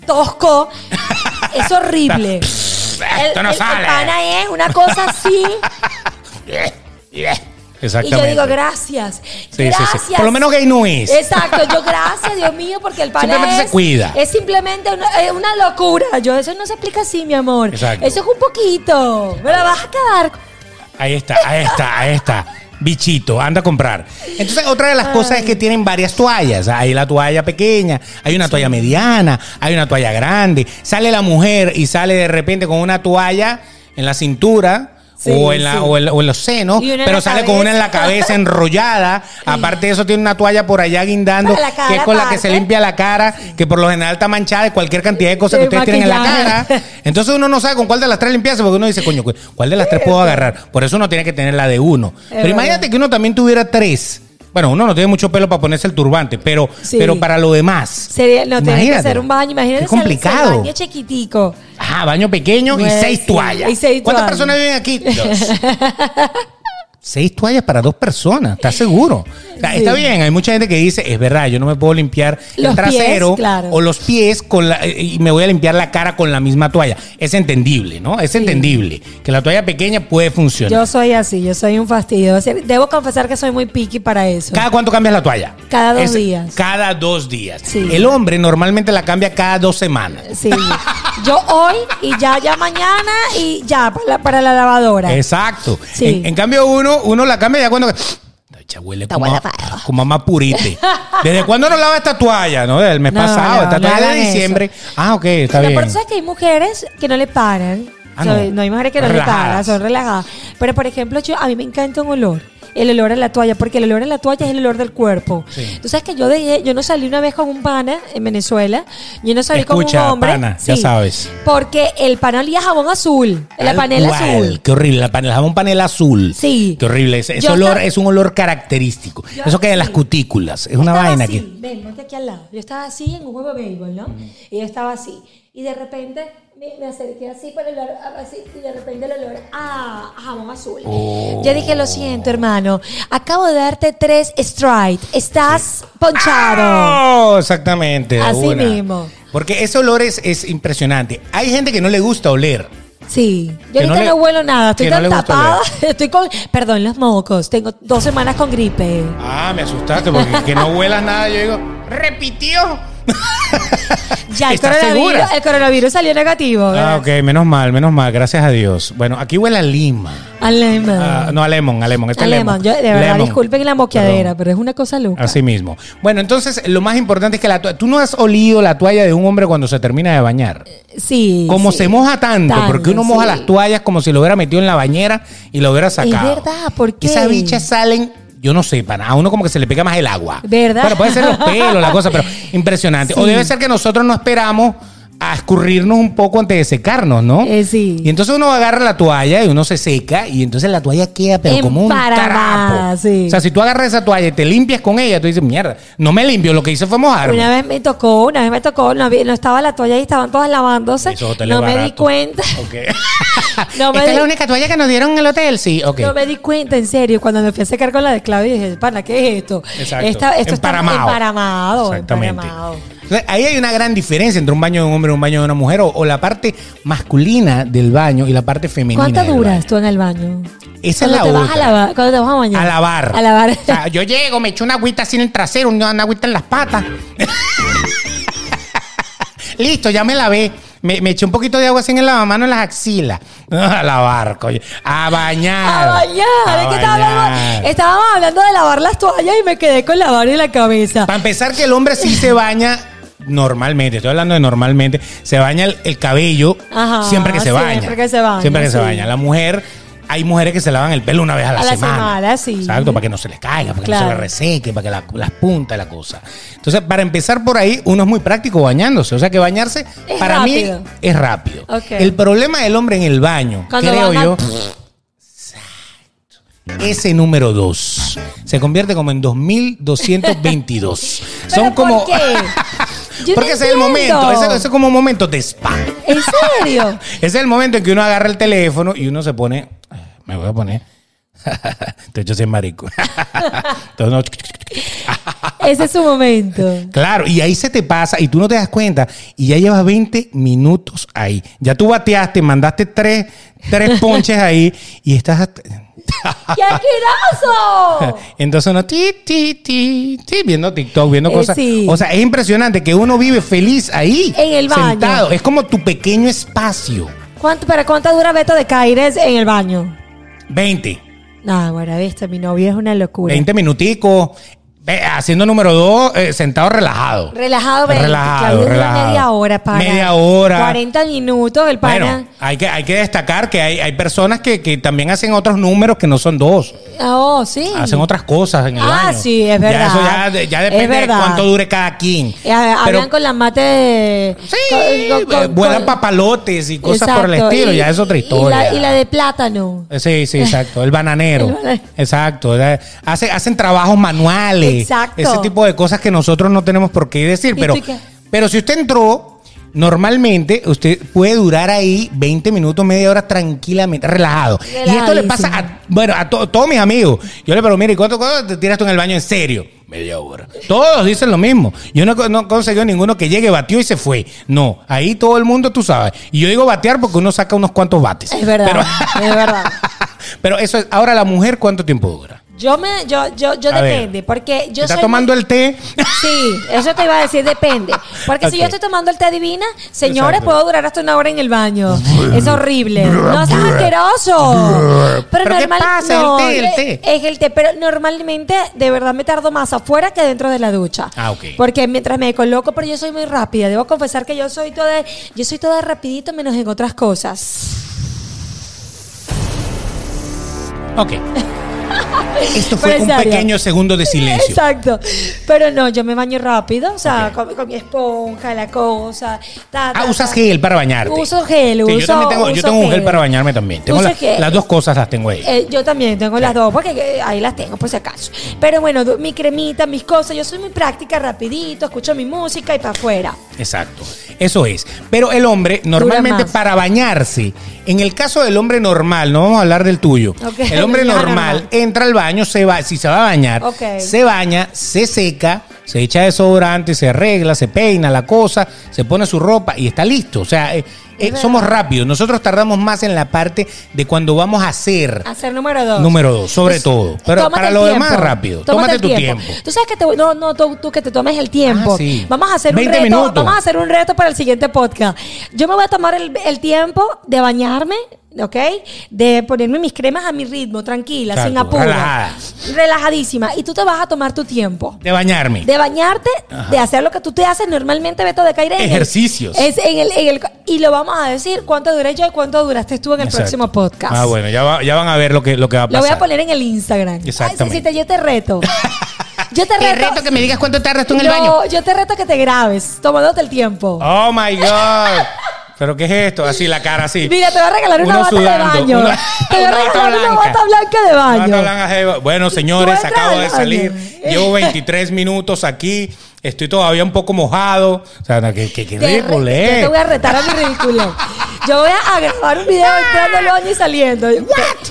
S2: tosco, es horrible.
S1: Esto no sale.
S2: pana es una cosa así. y yo
S1: Exactamente.
S2: digo, gracias.
S1: Sí, sí, sí.
S2: gracias.
S1: Por lo menos gay no es.
S2: Exacto, yo gracias, Dios mío, porque el pana
S1: Simplemente
S2: es-
S1: se cuida.
S2: Es simplemente una, eh, una locura. Yo, eso no se aplica así, mi amor.
S1: Exacto.
S2: Eso es un poquito. Me la vas a quedar.
S1: Ahí está, ahí está, ahí está. Bichito, anda a comprar. Entonces, otra de las cosas es que tienen varias toallas. Hay la toalla pequeña, hay una toalla mediana, hay una toalla grande. Sale la mujer y sale de repente con una toalla en la cintura.
S2: Sí,
S1: o, en la-
S2: sí.
S1: o en la- o en los senos,
S2: Y una en
S1: pero
S2: la
S1: sale con una en la cabeza
S2: cabeza.
S1: enrollada. Aparte de eso, tiene una toalla por allá guindando,
S2: Para la cara
S1: que es con la que se
S2: aparte.
S1: limpia la cara, que por lo general está manchada de cualquier cantidad de cosas que
S2: De
S1: ustedes tienen en la cara.
S2: maquillaje.
S1: Entonces uno no sabe con cuál de las tres limpiarse porque uno dice, coño, cu- ¿cuál de las tres puedo agarrar? Por eso uno tiene que tener la de uno. Pero
S2: verdad.
S1: imagínate que uno también tuviera tres. Bueno, uno no tiene mucho pelo para ponerse el turbante, pero,
S2: Sí.
S1: pero para lo demás.
S2: Sería, no tienes que
S1: Imagínate.
S2: hacer un baño, imagínate
S1: Qué
S2: hacer- hacer
S1: complicado.
S2: un baño chiquitico.
S1: Ajá, baño pequeño y
S2: Pues,
S1: seis
S2: sí,
S1: toallas.
S2: y seis
S1: ¿Cuántas
S2: toallas.
S1: personas viven aquí? Dos. seis toallas para dos personas, ¿estás seguro? O sea,
S2: Sí.
S1: Está bien, hay mucha gente que dice, es verdad, yo no me puedo limpiar el
S2: Los pies,
S1: trasero
S2: claro.
S1: o los pies con la, eh, y me voy a limpiar la cara con la misma toalla. Es entendible, ¿no? Es entendible que la toalla pequeña puede funcionar.
S2: Yo soy así, yo soy un fastidio. O sea, Debo confesar que soy muy picky para eso.
S1: ¿Cada cuánto cambias la toalla?
S2: Cada dos días.
S1: Cada dos días.
S2: Sí.
S1: El hombre normalmente la cambia cada dos semanas.
S2: Sí. Yo hoy y ya, ya mañana y ya para la, para la lavadora.
S1: Exacto.
S2: Sí.
S1: En, en cambio, uno, uno la cambia ya cuando. Esta bicha huele como,
S2: huele
S1: a-
S2: feo.
S1: como a mapurite. ¿Desde cuándo no lava esta toalla? ¿No? Desde el mes
S2: No,
S1: pasado.
S2: no,
S1: esta
S2: no
S1: toalla
S2: hagan
S1: de
S2: eso.
S1: diciembre. Ah, ok, está
S2: Pero
S1: bien.
S2: por eso es que hay mujeres que no le paran.
S1: Ah,
S2: So-
S1: no.
S2: no. hay mujeres que no
S1: Relajadas.
S2: le paran, son relajadas. Pero por ejemplo, yo, a mí me encanta un olor. El olor a la toalla, porque el olor a la toalla es el olor del cuerpo.
S1: Sí.
S2: Tú sabes que yo dejé, yo no salí una vez con un pana en Venezuela, yo no salí con
S1: Escucha,
S2: un hombre.
S1: pana, ya sabes.
S2: Porque el pana olía a jabón azul, la
S1: Tal
S2: panela
S1: cual.
S2: azul.
S1: Qué horrible. La panela, el jabón panela azul.
S2: Sí.
S1: Qué horrible. Ese, ese
S2: Yo
S1: olor
S2: estaba-
S1: es un olor característico.
S2: Yo-
S1: eso que de las
S2: sí.
S1: cutículas. Es una
S2: estaba
S1: vaina
S2: así,
S1: que.
S2: Ven, ponte aquí al lado. Yo estaba así en un juego de béisbol, ¿no? Y yo estaba así. Y de repente me, me acerqué así para el olor, a- así, y de repente el olor a, a jabón azul.
S1: Oh.
S2: Yo dije, lo siento, hermano, acabo de darte tres stride, estás ponchado.
S1: Oh, exactamente. de
S2: Así mismo.
S1: Porque ese olor es, es impresionante. Hay gente que no le gusta oler.
S2: Sí, yo
S1: Que no
S2: ahorita no,
S1: le-
S2: huelo nada, estoy
S1: que no
S2: tan
S1: le gusta
S2: tapada, estoy con, perdón, los mocos, tengo dos semanas con gripe.
S1: Ah, me asustaste porque que no huelas nada. Yo digo, repitió.
S2: Ya, el
S1: ¿Estás
S2: coronavirus,
S1: segura?
S2: el coronavirus salió negativo.
S1: Ah, ok, menos mal, menos mal, gracias a Dios. Bueno, aquí huele a lima.
S2: Alemán.
S1: Ah, no, a lemon, a lemon. Este
S2: A
S1: es
S2: lemon. Yo, de verdad,
S1: Lemon.
S2: disculpen la moqueadera,
S1: Perdón.
S2: pero es una cosa loca.
S1: Así mismo. Bueno, entonces lo más importante es que la toalla. Tú no has olido la toalla de un hombre cuando se termina de bañar.
S2: Sí.
S1: Como
S2: sí.
S1: se moja tanto,
S2: Tanto,
S1: porque uno moja
S2: sí.
S1: las toallas como si lo hubiera metido en la bañera y lo hubiera sacado.
S2: verdad, ¿por qué?
S1: Esas bichas salen, yo no sé, pana, a uno como que se le pega más el agua.
S2: ¿Verdad?
S1: Bueno, puede ser los pelos, la cosa, pero impresionante. O
S2: Sí.
S1: debe ser que nosotros no esperamos a escurrirnos un poco antes de secarnos, ¿no?
S2: Eh, sí.
S1: Y entonces uno agarra la toalla y uno se seca y entonces la toalla queda pero como un
S2: Emparamada,
S1: trapo.
S2: sí.
S1: O sea, si tú agarras esa toalla y te limpias con ella, tú dices, mierda, no me limpio, lo que hice fue mojarme.
S2: Una vez me tocó, una vez me tocó, no, había- no estaba la toalla y estaban todas lavándose.
S1: Esos hoteles
S2: No me di
S1: baratos.
S2: cuenta.
S1: Ok.
S2: No me
S1: Esta es
S2: di-
S1: la única toalla que nos dieron en el hotel, sí. Ok.
S2: No me di cuenta, en serio, cuando me fui a secar con la de Claudia dije, pana, ¿qué es esto?
S1: Exacto.
S2: Esta- esto
S1: Emparamado.
S2: está emparamado.
S1: Exactamente.
S2: emparamado.
S1: Entonces, ahí hay una gran diferencia entre un baño de un hombre y un baño de una mujer, o, o la parte masculina del baño y la parte femenina.
S2: ¿Cuánto
S1: del
S2: duras
S1: baño.
S2: tú en el baño?
S1: Esa es
S2: Cuando
S1: la
S2: te vas
S1: otra.
S2: a lavar, cuando te vas a bañar.
S1: A lavar.
S2: A lavar.
S1: O sea, yo llego, me echo una agüita así en el trasero, una, una agüita en las patas. Listo, ya me lavé. Me, me eché un poquito de agua así en el lavamano en las axilas. A lavar, coño. A bañar.
S2: A bañar.
S1: A
S2: es que estábamos,
S1: bañar.
S2: estábamos hablando de lavar las toallas y me quedé con lavar en la cabeza.
S1: Para empezar, que el hombre sí se baña normalmente, estoy hablando de normalmente, se baña el, el cabello
S2: Ajá,
S1: siempre que se
S2: siempre
S1: baña.
S2: que se baña,
S1: Siempre que se
S2: sí.
S1: baña. La mujer, hay mujeres que se lavan el pelo una vez a la
S2: A la
S1: semana.
S2: semana, sí.
S1: Exacto, para que no se les caiga, para que no se
S2: Claro.
S1: les reseque, para que la- las puntas, la cosa. Entonces, para empezar por ahí, uno es muy práctico bañándose. O sea que bañarse,
S2: Es
S1: para
S2: rápido.
S1: mí, es rápido.
S2: Ok.
S1: El problema del hombre en el baño,
S2: Cuando
S1: creo
S2: baja-
S1: yo. Ese número 2 se convierte como en 2222.
S2: ¿Pero
S1: Son como.
S2: ¿Por qué? Yo no
S1: Porque ese es el
S2: entiendo.
S1: momento, ese, ese es como un momento de spa.
S2: ¿En serio?
S1: Ese es el momento en que uno agarra el teléfono y uno se pone. "Ah, Me voy a poner. Te echo sin marico. Entonces uno,
S2: Ese es su momento.
S1: Claro, y ahí se te pasa y tú no te das cuenta y ya llevas 20 minutos ahí. Ya tú bateaste, mandaste tres, tres ponches ahí y estás. hasta-
S2: ¡Qué asqueroso!
S1: Entonces uno ti, ti, ti, ti, viendo TikTok, viendo
S2: Eh,
S1: cosas.
S2: sí.
S1: O sea, es impresionante que uno vive feliz ahí.
S2: En el baño.
S1: Sentado. Es como tu pequeño espacio.
S2: ¿Cuánto, ¿Para cuánto dura Beto de Caires en el baño?
S1: 20.
S2: No, bueno, viste, mi novia es una locura.
S1: 20 minuticos. ve, Haciendo número dos, eh, sentado relajado.
S2: Relajado, Beto.
S1: Relajado,
S2: Claudia dura
S1: relajado.
S2: media hora, para.
S1: Media hora.
S2: 40 minutos, el pana.
S1: Bueno, hay que, hay que destacar que hay, hay personas que, que también hacen otros números que no son dos.
S2: Ah, Oh, sí.
S1: Hacen otras cosas en el
S2: Ah,
S1: baño.
S2: sí, es
S1: Ya
S2: verdad.
S1: eso ya, de- ya
S2: Es
S1: depende de
S2: verdad.
S1: cuánto dure cada quien.
S2: Eh, ha-
S1: Pero-
S2: hablan con la mate de.
S1: Sí,
S2: con- con-
S1: eh, vuelan
S2: con-
S1: papalotes y cosas por el
S2: Exacto,
S1: estilo,
S2: y-
S1: ya es otra
S2: y la-
S1: historia.
S2: Y la, de plátano.
S1: Eh, Sí, sí, exacto. El bananero.
S2: El bananero.
S1: Exacto. eh, Hacen, hacen trabajos manuales.
S2: Exacto.
S1: Ese tipo de cosas que nosotros no tenemos por qué decir.
S2: ¿Y
S1: Pero,
S2: tú qué?
S1: pero si usted entró, normalmente usted puede durar ahí 20 minutos, media hora tranquilamente, relajado. Y esto le pasa a, bueno, a to- todos mis amigos. Yo le pregunto, mire, ¿cuánto, cuánto te tiras tú en el baño en serio? Media hora. Todos dicen lo mismo. Yo no, co- no conseguí ninguno que llegue, batió y se fue. No, ahí todo el mundo, tú sabes. Y yo digo batear porque uno saca unos cuantos bates.
S2: Es verdad.
S1: Pero-
S2: Es verdad.
S1: pero eso es. Ahora, la mujer, ¿cuánto tiempo dura?
S2: Yo me, yo, yo, yo
S1: A ver.
S2: depende, porque yo
S1: ¿Está
S2: soy
S1: tomando el té?
S2: Sí, eso te iba a decir, depende. Porque si yo
S1: Ok.
S2: estoy tomando el té divina, señores,
S1: Exacto.
S2: puedo durar hasta una hora en el baño. es horrible. No, es asqueroso.
S1: ¿Pero
S2: Pero,
S1: qué
S2: normal-
S1: pasa? El
S2: no,
S1: té, el
S2: eh,
S1: té.
S2: Es el té, pero normalmente de verdad me tardo más afuera que dentro de la ducha.
S1: Ah, ok.
S2: Porque mientras me coloco, pero yo soy muy rápida. Debo confesar que yo soy toda, yo soy toda rapidito menos en otras cosas.
S1: Ok. Esto fue
S2: Pero en
S1: un
S2: serio.
S1: pequeño segundo de silencio.
S2: Exacto. Pero no, yo me baño rápido, o sea, con, con mi esponja, la cosa. ta, ta,
S1: Ah, usas
S2: ta.
S1: gel para bañarte.
S2: Uso gel,
S1: Sí,
S2: uso-
S1: yo también tengo, yo
S2: uso
S1: tengo un
S2: gel.
S1: gel para bañarme también. Tengo
S2: Uso
S1: la-
S2: gel.
S1: las dos cosas las tengo ahí.
S2: Eh, yo también tengo las dos, porque eh, ahí las tengo por si acaso. Pero bueno, du- mi cremita, mis cosas, yo soy muy práctica, rapidito, escucho mi música y para afuera.
S1: Exacto. Eso es. Pero el hombre, normalmente
S2: más.
S1: para bañarse, en el caso del hombre normal, no vamos a hablar del tuyo.
S2: Ok.
S1: El hombre
S2: Ya,
S1: normal,
S2: normal.
S1: entra al baño, se va, si se va a bañar,
S2: Ok.
S1: se baña, se seca, se echa desodorante, se arregla, se peina la cosa, se pone su ropa y está listo. O sea, eh, eh,
S2: verdad.
S1: somos rápidos. Nosotros tardamos más en la parte de cuando vamos a hacer.
S2: Hacer número dos.
S1: Número dos, sobre
S2: Pues,
S1: todo. Pero
S2: tómate
S1: para
S2: el
S1: lo
S2: tiempo.
S1: demás, rápido. Tómate, tu tiempo.
S2: Tú sabes que te voy- no, no, tú, tú que te tomes el tiempo.
S1: Ah, sí.
S2: Vamos a hacer
S1: 20
S2: un reto.
S1: minutos.
S2: Vamos a hacer un reto para el siguiente podcast. Yo me voy a tomar el, el tiempo de bañarme, ¿ok? De ponerme mis cremas a mi ritmo, tranquila,
S1: Exacto,
S2: sin apuro.
S1: relajada.
S2: Relajadísima. Y tú te vas a tomar tu tiempo.
S1: De bañarme.
S2: De bañarte, de hacer lo que tú te haces normalmente, Beto de Caire. en el-
S1: Ejercicios.
S2: es en el, en el- y lo vamos a decir cuánto duré yo y cuánto duraste tú en el
S1: Exacto.
S2: próximo podcast.
S1: Ah, bueno, ya, va- ya van a ver lo que, lo que va a
S2: Lo
S1: pasar.
S2: voy a poner en el Instagram.
S1: Exactamente.
S2: Ay, Cecita, yo te reto. Yo te reto.
S1: me digas cuánto tardas tú
S2: No, yo te reto que te grabes, tomándote el tiempo.
S1: Oh my God. ¿Pero qué es esto? Así la cara, así.
S2: Mira, te voy a regalar una
S1: Uno
S2: bata
S1: sudando,
S2: de baño.
S1: una-
S2: te voy a
S1: una bata
S2: regalar una
S1: blanca.
S2: bata blanca de
S1: No,
S2: baño.
S1: no la hagas de- Bueno, señores,
S2: Tú entras
S1: acabo
S2: al
S1: de
S2: baño. Eh.
S1: salir. Llevo 23 minutos aquí. Estoy todavía un poco mojado. O sea, no, qué, qué, qué
S2: Te re-
S1: ridículo,
S2: yo
S1: ¿eh?
S2: te voy a retar a mi ridículo. Yo voy a grabar un video entrando al baño y saliendo.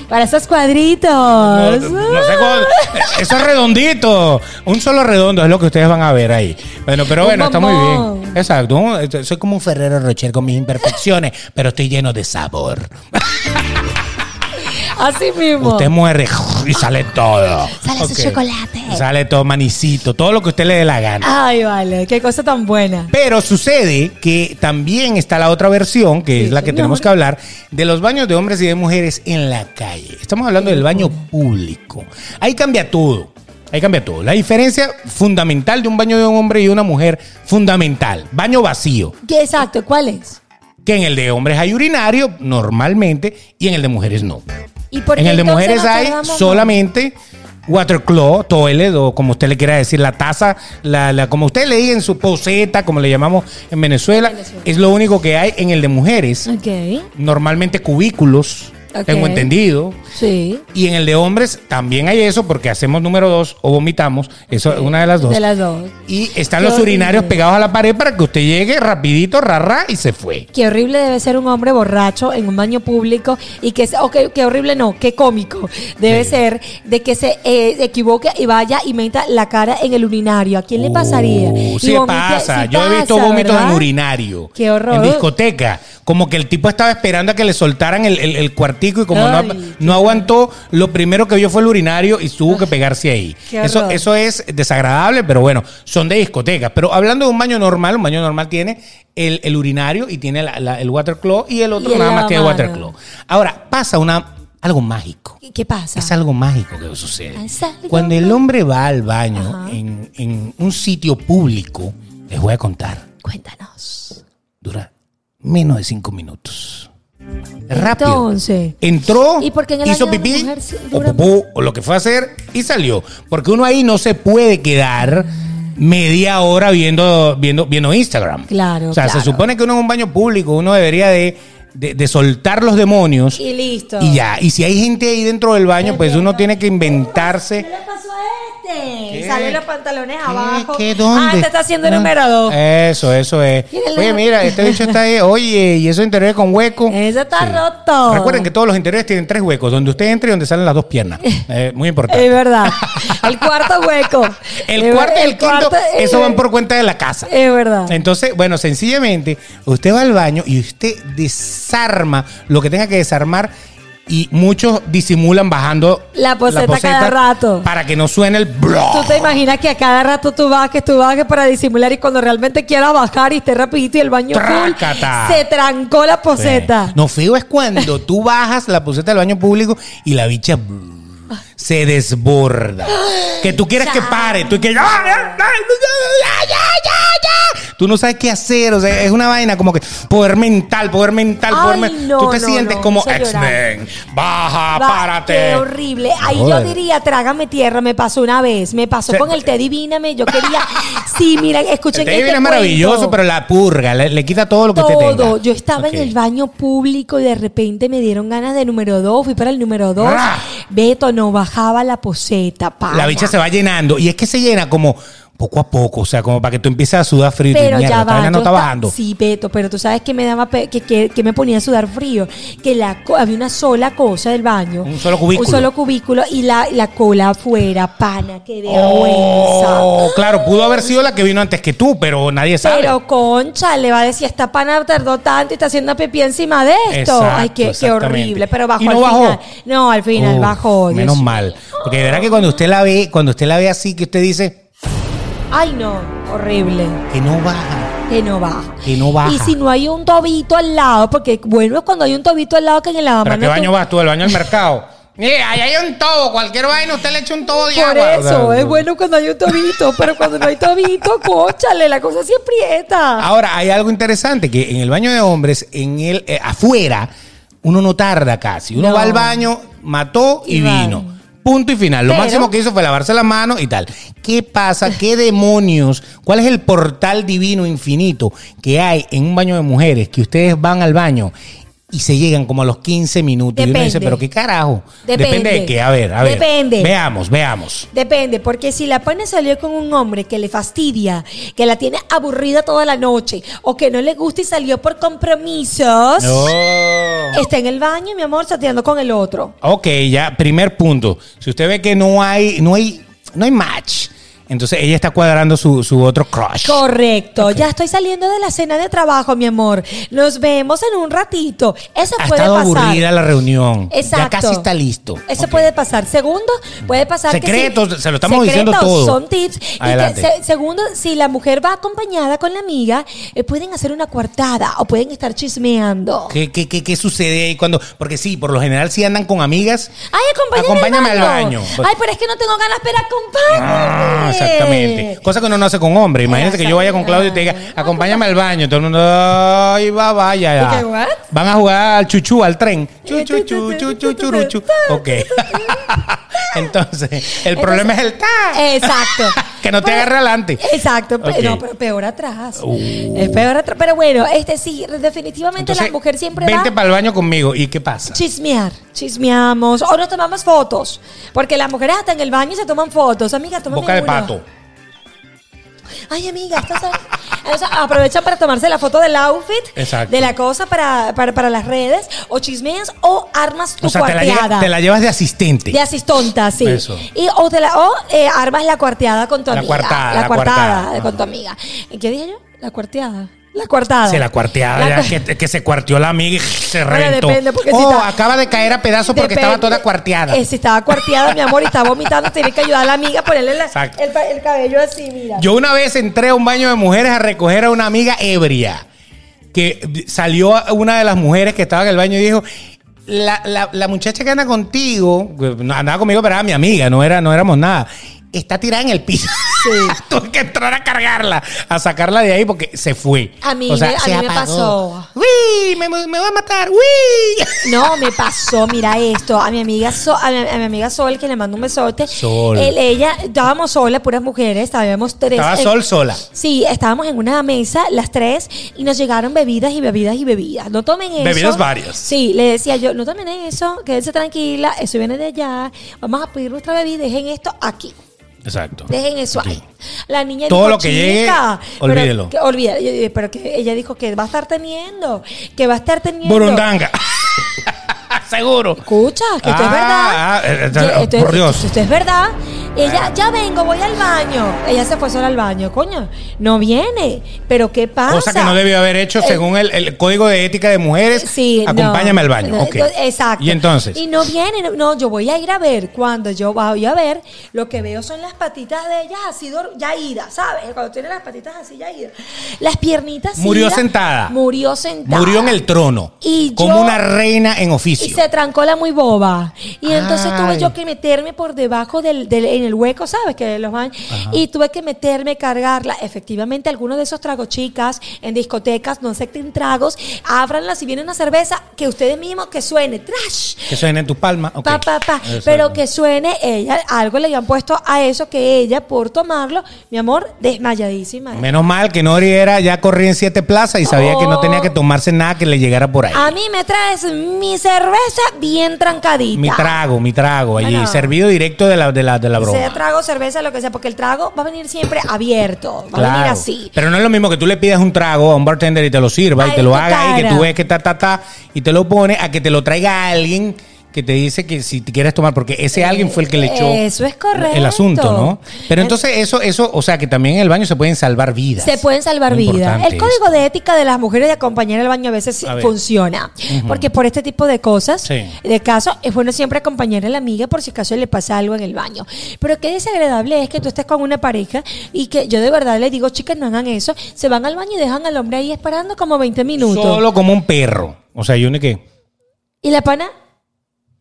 S2: Para esos cuadritos.
S1: No, no sé cómo- eso es redondito. Un solo redondo es lo que ustedes van a ver ahí. Bueno, pero
S2: Un
S1: bueno, está muy
S2: bombón.
S1: bien. Exacto. Un- Soy como un Ferrero Rocher con mis imperfecciones, pero estoy lleno de sabor.
S2: Ah. Así mismo.
S1: Usted muere y sale todo.
S2: Sale su
S1: Ok.
S2: chocolate.
S1: Sale todo manicito, todo lo que usted le dé la gana.
S2: Ay, vale, qué cosa tan buena.
S1: Pero sucede que también está la otra versión, que es la que
S2: señor.
S1: tenemos que hablar, de los baños de hombres y de mujeres en la calle. Estamos hablando del baño público. Ahí cambia todo. Ahí cambia todo. La diferencia fundamental de un baño de un hombre y de una mujer, fundamental. Baño vacío.
S2: ¿Qué, exacto, ¿cuál es?
S1: Que en el de hombres hay urinario normalmente y en el de mujeres no.
S2: ¿Y por
S1: En
S2: qué
S1: el de
S2: entonces
S1: mujeres
S2: nos
S1: hay
S2: tardamos más?
S1: solamente water claw, toilet o como usted le quiera decir, la taza, la, la- como usted le diga en su poseta, como le llamamos en Venezuela,
S2: Venezuela.
S1: es lo único que hay en el de mujeres.
S2: Ok,
S1: Normalmente cubículos,
S2: Ok.
S1: tengo entendido.
S2: sí.
S1: Y en el de hombres también hay eso porque hacemos número dos o vomitamos, eso es una de las dos.
S2: De las dos.
S1: Y están
S2: Qué
S1: los
S2: horrible.
S1: urinarios pegados a la pared para que usted llegue rapidito, rarra, y se fue.
S2: Qué horrible debe ser un hombre borracho en un baño público y que, se- o qué- qué horrible no, qué cómico debe
S1: Sí.
S2: ser de que se eh, equivoque y vaya y meta la cara en el urinario. ¿A quién le pasaría?
S1: Uh,
S2: Y
S1: sí
S2: vomite-
S1: pasa.
S2: sí
S1: Yo he visto
S2: pasa,
S1: vómitos
S2: ¿verdad?
S1: en urinario.
S2: Qué horror.
S1: En discoteca. Como que el tipo estaba esperando a que le soltaran el, el- el cuartico y como no,
S2: Ay,
S1: no
S2: qué
S1: aguantó, lo primero que vio fue el urinario y tuvo que pegarse ahí.
S2: qué
S1: Eso,
S2: horror.
S1: eso es desagradable, pero bueno, son de discoteca. Pero hablando de un baño normal, un baño normal tiene el, el urinario y tiene la- la- el water claw y el otro
S2: Y el
S1: nada más tiene
S2: lavamano.
S1: water claw. Ahora, pasa una, algo mágico.
S2: ¿Qué- ¿Qué pasa?
S1: Es algo mágico que sucede.
S2: Es algo
S1: Cuando el hombre va al baño
S2: Ajá.
S1: en, en un sitio público, les voy a contar,
S2: Cuéntanos.
S1: dura menos de cinco minutos. Rápido.
S2: Entonces.
S1: Entró,
S2: ¿Y por qué en el
S1: hizo
S2: baño de la
S1: pipí,
S2: mujer sí
S1: o
S2: dura
S1: popó, o lo que fue a hacer, y salió. Porque uno ahí no se puede quedar media hora viendo, viendo, viendo Instagram.
S2: Claro,
S1: O sea, se
S2: claro.
S1: supone que uno en un baño público, uno debería de, de- de soltar los demonios.
S2: Y listo.
S1: Y ya, y si hay gente ahí dentro del baño, pues uno tiene que inventarse.
S2: ¿Qué le pasó a este?
S1: ¿Qué?
S2: Salen los pantalones
S1: ¿Qué?
S2: abajo.
S1: ¿Qué? ¿Dónde?
S2: Ah, este está haciendo
S1: No. Eh,
S2: número dos.
S1: Eso, eso es.
S2: Mírenlo.
S1: Oye, mira, este bicho está ahí. Oye, y esos interiores con hueco.
S2: Ese está roto.
S1: Recuerden que todos los interiores tienen tres huecos, donde usted entra y donde salen las dos piernas. Eh, muy
S2: Es
S1: importante.
S2: verdad. El cuarto hueco.
S1: El
S2: Es
S1: cuarto y
S2: ver-
S1: el quinto,
S2: cuarto-
S1: eso van por cuenta de la casa.
S2: Es verdad.
S1: Entonces, bueno, sencillamente, usted va al baño y usted desarma lo que tenga que desarmar y muchos disimulan bajando
S2: La poseta cada rato.
S1: para que no suene el bro.
S2: Tú te imaginas que a cada rato tú bajes, tú bajes para disimular y cuando realmente quieras bajar y esté rapidito y el baño full,
S1: Trácata.
S2: se trancó la poseta.
S1: Sí. Pues, No, feo es cuando tú bajas la poseta del baño público y la bicha se desborda. Que tú quieres que pare, tú que Tú no sabes qué hacer, o sea, es una vaina como que poder mental, poder mental,
S2: Ay,
S1: poder mental.
S2: no,
S1: tú te
S2: no,
S1: sientes
S2: no,
S1: como
S2: hizo llorar.
S1: X-Men, baja,
S2: Va,
S1: párate.
S2: Qué horrible. Ahí
S1: Joder.
S2: yo diría, trágame tierra, me pasó una vez, me pasó
S1: Se-
S2: con el Te Divíname, yo quería... sí, miren, escuchen
S1: El té divino
S2: este
S1: es maravilloso,
S2: cuento.
S1: pero la purga, le, le quita todo lo que usted tenga.
S2: Todo. Yo estaba
S1: Ok.
S2: en el baño público y de repente me dieron ganas de número dos. Fui para el número dos.
S1: Ra.
S2: Beto no bajaba la poseta, pana.
S1: La bicha se va llenando. Y es que se llena como, poco a poco, o sea, como para que tú empieces a sudar frío. y tú,
S2: Pero
S1: mierda,
S2: ya
S1: esta
S2: va.
S1: vaina no
S2: yo
S1: está
S2: esta-
S1: bajando.
S2: Sí, Beto, pero tú sabes que me daba pe- que, que, que me ponía a sudar frío, que la co- había una sola cosa del baño.
S1: Un solo cubículo.
S2: Un solo cubículo y la, la cola afuera, pana, qué vergüenza.
S1: Oh, claro, pudo haber sido la que vino antes que tú, pero nadie sabe.
S2: Pero concha, le va a decir, esta pana tardó tanto y está haciendo pipí encima de esto.
S1: Exacto,
S2: Ay, qué, qué
S1: exactamente.
S2: horrible. Pero bajó
S1: ¿Y no
S2: al
S1: bajó?
S2: final. No, al final
S1: Uf,
S2: bajó. Dios
S1: Menos
S2: mío.
S1: mal. Porque de verdad que cuando usted la ve, cuando usted la ve así, que usted dice
S2: Ay, no, horrible.
S1: que no baja.
S2: Que no baja.
S1: Que no baja.
S2: Y si no hay un tobito al lado, porque bueno es cuando hay un tobito al lado que en el
S1: ¿Para
S2: lavamanos.
S1: qué
S2: tú-
S1: baño vas tú? ¿El baño del mercado? Mira, ahí hay un tobo, cualquier vaina, usted le echa un tobo de
S2: Por
S1: agua.
S2: eso,
S1: O sea,
S2: es bueno cuando hay un tobito, pero cuando no hay tobito, cóchale, la cosa sí aprieta.
S1: Ahora, hay algo interesante, que en el baño de hombres, en el eh, afuera, uno no tarda casi. Uno
S2: No.
S1: va al baño, mató y,
S2: Y va.
S1: vino. Punto y final. Lo
S2: Pero-
S1: máximo que hizo fue lavarse la mano y tal. ¿Qué pasa? ¿Qué demonios? ¿Cuál es el portal divino infinito que hay en un baño de mujeres que ustedes van al baño y se llegan como a los 15 minutos? Y uno dice,
S2: Depende.
S1: pero qué carajo. Depende,
S2: Depende.
S1: de qué. A ver, a ver.
S2: Depende.
S1: Veamos, veamos.
S2: Depende, porque si la pana salió con un hombre que le fastidia, que la tiene aburrida toda la noche, o que no le gusta y salió por compromisos,
S1: No.
S2: está en el baño, mi amor, chateando con el otro.
S1: Ok, ya, primer punto. Si usted ve que no hay, no hay, no hay match, entonces ella está cuadrando su, su otro crush.
S2: Correcto, ya estoy saliendo de la cena de trabajo, mi amor. Nos vemos en un ratito. Eso
S1: ha
S2: puede
S1: estado
S2: pasar.
S1: aburrida la reunión. Ya
S2: Exacto.
S1: casi está listo.
S2: Eso
S1: Ok.
S2: puede pasar. Segundo, puede pasar. que
S1: Secretos,
S2: si-
S1: se lo estamos
S2: secretos,
S1: diciendo todo.
S2: Son tips. Y que
S1: Adelante.
S2: se- segundo, si la mujer va acompañada con la amiga, eh, pueden hacer una coartada o pueden estar chismeando.
S1: ¿Qué, qué, qué, qué sucede ahí cuando? Porque sí, por lo general sí andan con amigas.
S2: Ay, acompáñame,
S1: Acompáñame al baño.
S2: Ay, pero es que no tengo ganas, pero
S1: Ah,
S2: acompáñame.
S1: exactamente. Cosa que uno no hace con hombre. Imagínate que yo vaya con Claudio y te diga, acompáñame al baño. Todo el mundo, ay, va, vaya.
S2: ¿Y qué, what? Eh,
S1: Van a jugar al chuchú, al tren. Chu, chu, chu, chu, chu, churu, chu. Ok. Entonces, el problema es el
S2: eh,
S1: ta.
S2: Exacto.
S1: Que no te
S2: Pero-
S1: agarre adelante.
S2: Exacto. pe-
S1: Ok.
S2: No, pero peor atrás.
S1: Uh.
S2: Es peor atrás. Pero bueno, este sí, definitivamente
S1: Entonces,
S2: la mujer siempre
S1: Vente
S2: va.
S1: para el baño conmigo. ¿Y qué pasa?
S2: Chismear, chismeamos o nos tomamos fotos, porque las mujeres hasta en el baño se toman fotos, amiga, toma
S1: Boca de pato.
S2: Ay, amiga, estás ahí. O sea, aprovechan para tomarse la foto del outfit,
S1: Exacto.
S2: de la cosa para, para, para las redes, o chismeas o armas tu
S1: O sea, te la, lle-
S2: cuarteada.
S1: te la llevas de asistente.
S2: De asistonta, sí.
S1: Eso.
S2: Y, o te la, o eh, armas la cuarteada con tu
S1: La
S2: amiga.
S1: cuartada, la
S2: La cuartada.
S1: cuartada.
S2: con tu amiga. ¿Qué dije yo? La cuarteada. La cuartada.
S1: Se la cuarteada,
S2: La
S1: ya,
S2: cua-
S1: que, que se cuarteó la amiga y se
S2: Bueno,
S1: reventó.
S2: depende, porque si
S1: oh,
S2: está-
S1: acaba de caer a pedazos porque
S2: Depende.
S1: estaba toda cuarteada.
S2: Eh, si estaba cuarteada, mi amor, y estaba vomitando, tiene que ayudar a la amiga a ponerle la-
S1: Exacto.
S2: el, pa- el cabello así, mira.
S1: Yo una vez entré a un baño de mujeres a recoger a una amiga ebria. Que salió una de las mujeres que estaba en el baño y dijo: La, la- la muchacha que anda contigo, andaba conmigo, pero era mi amiga, no, era, no éramos nada. Está tirada en el piso. Tuve que entrar a cargarla, a sacarla de ahí porque se fue.
S2: A mí me- a mí me pasó.
S1: ¡Uy! Me, me va a matar. ¡Uy!
S2: No, me pasó, mira esto, a mi amiga So- a, mi, a mi amiga Sol, que le mando un besote.
S1: Sol.
S2: Él- ella, estábamos solas, puras mujeres, estábamos tres.
S1: Estaba
S2: en-
S1: sol sola.
S2: Sí, estábamos en una mesa, las tres, y nos llegaron bebidas y bebidas y bebidas. No tomen eso.
S1: Bebidas varias.
S2: Sí, le decía yo, no tomen eso, quédense tranquila, eso viene de allá, vamos a pedir nuestra bebida, dejen esto aquí.
S1: Exacto.
S2: Dejen eso ahí. La niña
S1: Todo
S2: dijo,
S1: lo que llegue,
S2: "Chica",
S1: olvídelo.
S2: Pero, que, olvídalo. Yo dije, pero que ella dijo que va a estar teniendo, que va a estar teniendo.
S1: Burundanga. Seguro.
S2: Escucha, que esto es
S1: Ah, ah, eh,
S2: verdad.
S1: eh,
S2: Yo- esto, es-
S1: por Dios. Ah.
S2: Esto, es verdad. Ella, ya vengo, voy al baño. Ella se fue sola al baño, coño. No viene. Pero ¿qué pasa?
S1: Cosa que no debió haber hecho según el, el código de ética de mujeres.
S2: eh, Sí, no.
S1: Acompáñame al baño.
S2: No,
S1: Ok.
S2: no, Exacto.
S1: Y entonces.
S2: Y no viene, no, no, yo voy a ir a ver. Cuando yo voy a ver, lo que veo son las patitas de ellas así dor- ya idas, ¿sabes? Cuando tiene las patitas así ya idas. Las piernitas
S1: Murió
S2: idas,
S1: sentada.
S2: Murió sentada.
S1: Murió en el trono.
S2: Y
S1: como
S2: yo-
S1: una reina en
S2: Y
S1: oficio.
S2: se trancó la muy boba. Y entonces
S1: Ay.
S2: tuve yo que meterme por debajo del, del- en el hueco, ¿sabes? Que los van. Y tuve que meterme, cargarla. Efectivamente, algunos de esos tragos chicas en discotecas, no acepten tragos. Ábranla si viene una cerveza, que ustedes mismos que suene. ¡Trash!
S1: Que suena en tus palmas. ok.
S2: Pa, pa, pa.
S1: Eso.
S2: Pero que suene ella, algo le habían puesto a eso que ella, por tomarlo, mi amor, desmayadísima.
S1: Menos mal que Nori era ya corría en siete plazas y sabía que no
S2: Oh.
S1: tenía que tomarse nada que le llegara por ahí.
S2: A mí me traes mi cerveza bien trancadita.
S1: mi trago, mi trago, allí
S2: Bueno.
S1: servido directo de la, de la, de la broma.
S2: sea trago, cerveza, lo que sea, porque el trago va a venir siempre abierto, va a venir
S1: Claro.
S2: así.
S1: Pero no es lo mismo que tú le pidas un trago a un bartender y te lo sirva
S2: Ay,
S1: y te lo
S2: tu
S1: haga y que
S2: cara.
S1: tú ves que ta, ta, ta, y te lo pone a que te lo traiga alguien que te dice que si te quieres tomar, porque ese alguien fue el que le echó
S2: Eh, Eso es correcto.
S1: el asunto, ¿no? Pero entonces eso, eso, o sea, que también en el baño se pueden salvar vidas.
S2: Se pueden salvar
S1: Muy
S2: vidas.
S1: importante
S2: El código de ética de las mujeres de acompañar al baño a veces
S1: A ver.
S2: funciona. Porque por este tipo de cosas,
S1: Sí.
S2: de caso, es bueno siempre acompañar a la amiga por si acaso le pasa algo en el baño. Pero qué desagradable es que tú estés con una pareja y que yo de verdad les digo, chicas, no hagan eso. Se van al baño y dejan al hombre ahí esperando como 20 minutos.
S1: Solo como un perro. O sea, yo ni que.
S2: Y la pana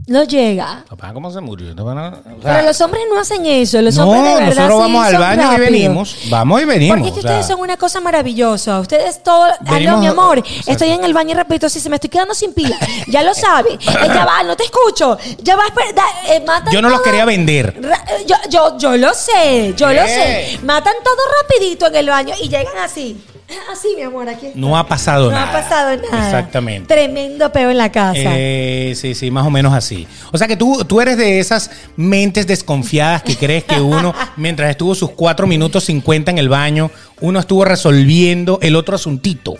S2: no llega.
S1: Papá, ¿cómo se murió? No, no, no, o sea,
S2: Pero los hombres no hacen eso. Los
S1: no,
S2: hombres de verdad
S1: nosotros
S2: sí
S1: vamos al
S2: son
S1: baño
S2: rápidos.
S1: y venimos. Vamos y venimos.
S2: Porque es que
S1: o sea.
S2: ustedes son una cosa maravillosa. Ustedes todo. Aló,
S1: Venimos-
S2: mi amor.
S1: Exacto.
S2: Estoy en el baño y repito, si se me estoy quedando sin pila. Ya lo sabe. Eh, ya va, no te escucho. Ya va, espera, da- eh, matan
S1: Yo no los
S2: todo.
S1: quería vender.
S2: Ra- eh, Yo, yo, yo lo sé, yo lo
S1: ¿Qué?
S2: sé. Matan todo rapidito en el baño y llegan así. Así, mi amor, aquí. está.
S1: No ha pasado
S2: No
S1: nada.
S2: ha pasado nada.
S1: Exactamente.
S2: Tremendo peo en la casa.
S1: Eh, sí, sí, más o menos así. O sea que tú, tú eres de esas mentes desconfiadas que crees que uno, mientras estuvo sus 4 minutos 50 en el baño, uno estuvo resolviendo el otro asuntito.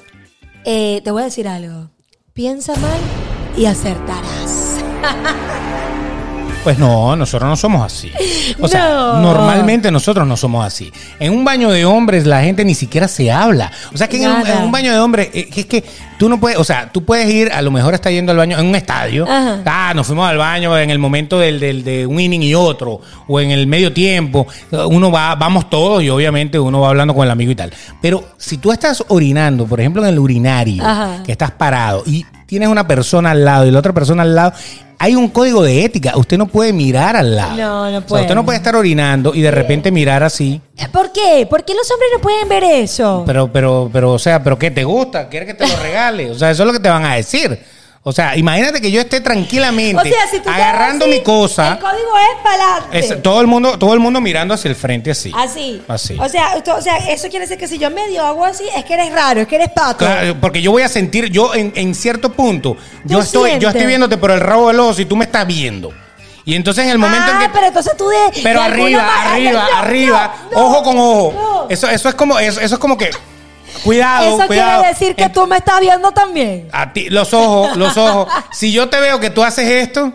S2: Eh, te voy a decir algo. Piensa mal y acertarás.
S1: Pues no, nosotros no somos así. O sea,
S2: No.
S1: normalmente nosotros no somos así. En un baño de hombres la gente ni siquiera se habla. O sea, que en un,
S2: Nada.
S1: en un baño de hombres, eh, que es que tú no puedes, o sea, tú puedes ir, a lo mejor está yendo al baño en un estadio.
S2: Ajá.
S1: Ah, nos fuimos al baño en el momento del, del- de un inning y otro, o en el medio tiempo. Uno va, vamos todos y obviamente uno va hablando con el amigo y tal. Pero si tú estás orinando, por ejemplo, en el urinario,
S2: Ajá.
S1: que estás parado y tienes una persona al lado y la otra persona al lado, hay un código de ética. Usted no puede mirar al lado.
S2: No, no
S1: O sea,
S2: puede.
S1: usted no puede estar orinando y de repente mirar así.
S2: Eh, ¿Por qué? ¿Por qué los hombres no pueden ver eso?
S1: Pero, pero, pero, o sea, ¿pero qué te gusta? ¿Quieres que te lo regale? O sea, eso es lo que te van a decir. O sea, imagínate que yo esté tranquilamente
S2: O sea, si tú te vas
S1: agarrando
S2: así,
S1: mi cosa.
S2: El código es para
S1: es- todo el mundo, todo el mundo mirando hacia el frente así.
S2: Así.
S1: Así.
S2: O sea, tú- o sea, eso quiere decir que si yo medio hago así, es que eres raro, es que eres pato.
S1: Claro, porque yo voy a sentir, yo en, en cierto punto, yo estoy, yo
S2: sientes.
S1: estoy viéndote por el rabo del oso y tú me estás viendo. Y entonces en el momento
S2: ah,
S1: en que.
S2: pero entonces tú de.
S1: Pero
S2: de alguna
S1: arriba,
S2: manera-
S1: arriba,
S2: No,
S1: arriba,
S2: no, no,
S1: ojo con ojo.
S2: no.
S1: Eso, eso es como, eso, eso es como que. Cuidado,
S2: Eso
S1: cuidado.
S2: quiere decir que
S1: En-
S2: tú me estás viendo también.
S1: A ti, los ojos, los ojos. si yo te veo que tú haces esto,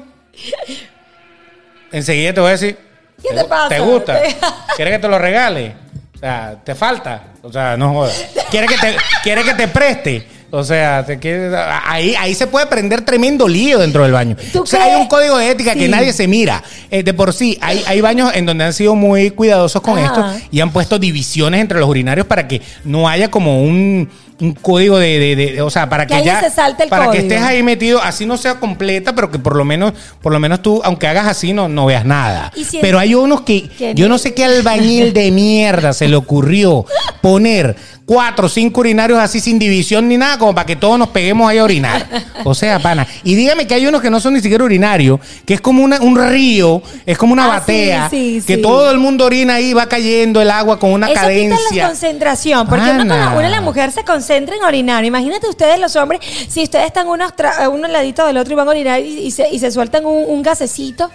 S1: enseguida te voy a decir.
S2: ¿Qué te pasa?
S1: ¿Te gusta?
S2: Te-
S1: ¿Quieres que te lo regale? O sea, ¿te falta? O sea, no jodas. ¿Quieres que te, quieres que te preste? O sea, te quieres- ahí, ahí se puede prender tremendo lío dentro del baño.
S2: ¿Tú
S1: O sea,
S2: crees?
S1: hay un código de ética que
S2: Sí.
S1: nadie se mira. Eh, de por sí, hay, hay baños en donde han sido muy cuidadosos con
S2: Ajá.
S1: esto y han puesto divisiones entre los urinarios para que no haya como un, un código de, de- de- O sea, para que,
S2: Que ahí
S1: ya.
S2: se salte el
S1: para
S2: código.
S1: que estés ahí metido, así no sea completa, pero que por lo menos, por lo menos tú, aunque hagas así, no, no veas nada.
S2: Y si el-
S1: pero hay unos que.
S2: Que
S1: yo
S2: no-
S1: no sé qué albañil de mierda se le ocurrió poner cuatro o cinco urinarios así sin división ni nada, como para que todos nos peguemos ahí a orinar. O sea, pana. Y dígame que hay unos que no son ni siquiera urinarios, que es como una- un río, es como una
S2: Ah, sí,
S1: batea,
S2: sí,
S1: que
S2: sí.
S1: todo el mundo orina ahí, va cayendo el agua con una
S2: Eso quita la
S1: cadencia. Ah,
S2: concentración, porque uno con la-
S1: Ana.
S2: una, la mujer se concentra en orinar. Imagínate ustedes los hombres, si ustedes están unos tra- eh, uno al ladito del otro y van a orinar y, y se, y se sueltan un, un gasecito.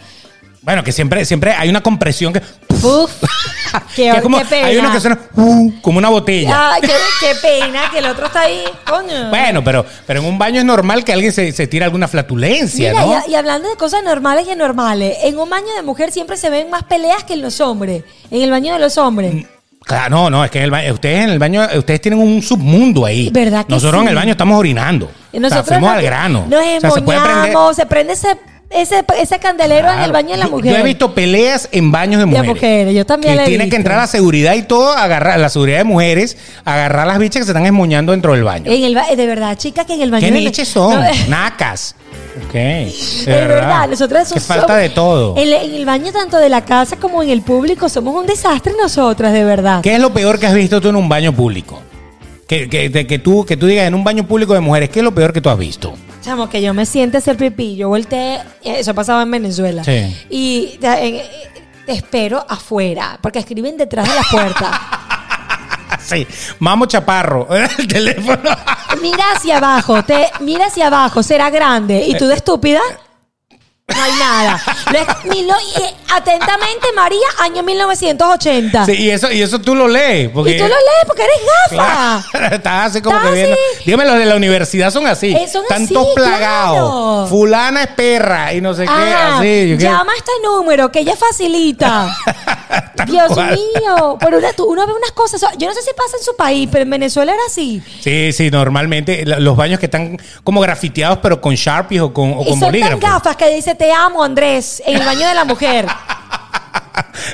S1: Bueno, que siempre, siempre hay una compresión que.
S2: ¡Puf!
S1: que
S2: ¡Qué,
S1: es como-
S2: qué pena!
S1: hay unos que suenan uh, como una botella.
S2: Ah, qué, qué pena que el otro está ahí, coño.
S1: Bueno, pero, pero en un baño es normal que alguien se, se tire alguna flatulencia,
S2: Mira,
S1: ¿no?
S2: y, a- y hablando de cosas normales y anormales, en un baño de mujer siempre se ven más peleas que en los hombres. En el baño de los
S1: Mm,
S2: hombres.
S1: Claro, no, no, es que en el baño, ustedes en el baño, ustedes tienen un submundo ahí.
S2: ¿Verdad que
S1: Nosotros
S2: sí?
S1: en el baño estamos orinando.
S2: Y
S1: o sea, fuimos
S2: no-
S1: al grano.
S2: Nos
S1: O sea, se puede prender-
S2: emboñamos, se prende ese, ese, ese candelero en el
S1: Claro.
S2: baño de la
S1: Yo-
S2: mujer.
S1: Yo, he visto peleas en baños de mujeres.
S2: mujeres, yo también
S1: Que
S2: la he
S1: tiene
S2: visto.
S1: que entrar la seguridad y todo, agarrar la seguridad de mujeres, agarrar las bichas que se están esmoñando dentro del baño.
S2: En el ba- de verdad, chicas, que en el baño.
S1: ¿Qué
S2: de-
S1: niches son?
S2: No,
S1: Nacas. Ok. Es
S2: De verdad, nosotras
S1: Qué
S2: somos-
S1: falta de todo.
S2: En, en el baño tanto de la casa como en el público somos un desastre nosotras, de verdad.
S1: ¿Qué es lo peor que has visto tú en un baño público? Que, que, de- que tú, que tú digas en un baño público de mujeres, ¿qué es lo peor que tú has visto?
S2: Chamo, que yo me siente a hacer pipí. Yo volteé, eso pasaba en Venezuela.
S1: Sí.
S2: Y ya, en- eh, te espero afuera, porque escriben detrás de la puerta.
S1: Ah, sí. Mamo Chaparro, el teléfono.
S2: Ah.
S1: Eh,
S2: mira hacia abajo, te mira hacia abajo, será grande. Y tú de estúpida, No hay nada. Lo es- mil no- y, eh, atentamente, María, año 1980.
S1: Sí, y, eso, y eso tú lo lees.
S2: Y
S1: Porque,
S2: tú lo lees porque eres gafa.
S1: Claro, estás así como
S2: Estás
S1: que viendo.
S2: así.
S1: Dígame, los de la universidad son así.
S2: Eh, son
S1: Están
S2: así,
S1: todos plagados.
S2: claro.
S1: Fulana es perra y no sé
S2: Ajá,
S1: qué. Así, yo qué-
S2: Ah, llama a este número que ella facilita.
S1: Tal
S2: Dios
S1: cual.
S2: mío. Pero una- tú- uno ve unas cosas. o sea, Yo no sé si pasa en su país, pero en Venezuela era así.
S1: Sí, sí, normalmente la- los baños que están como grafiteados, pero con Sharpies o con, o
S2: Y
S1: con
S2: son tan
S1: bolígrafos.
S2: gafas que dice te amo, Andrés, en el baño de la mujer.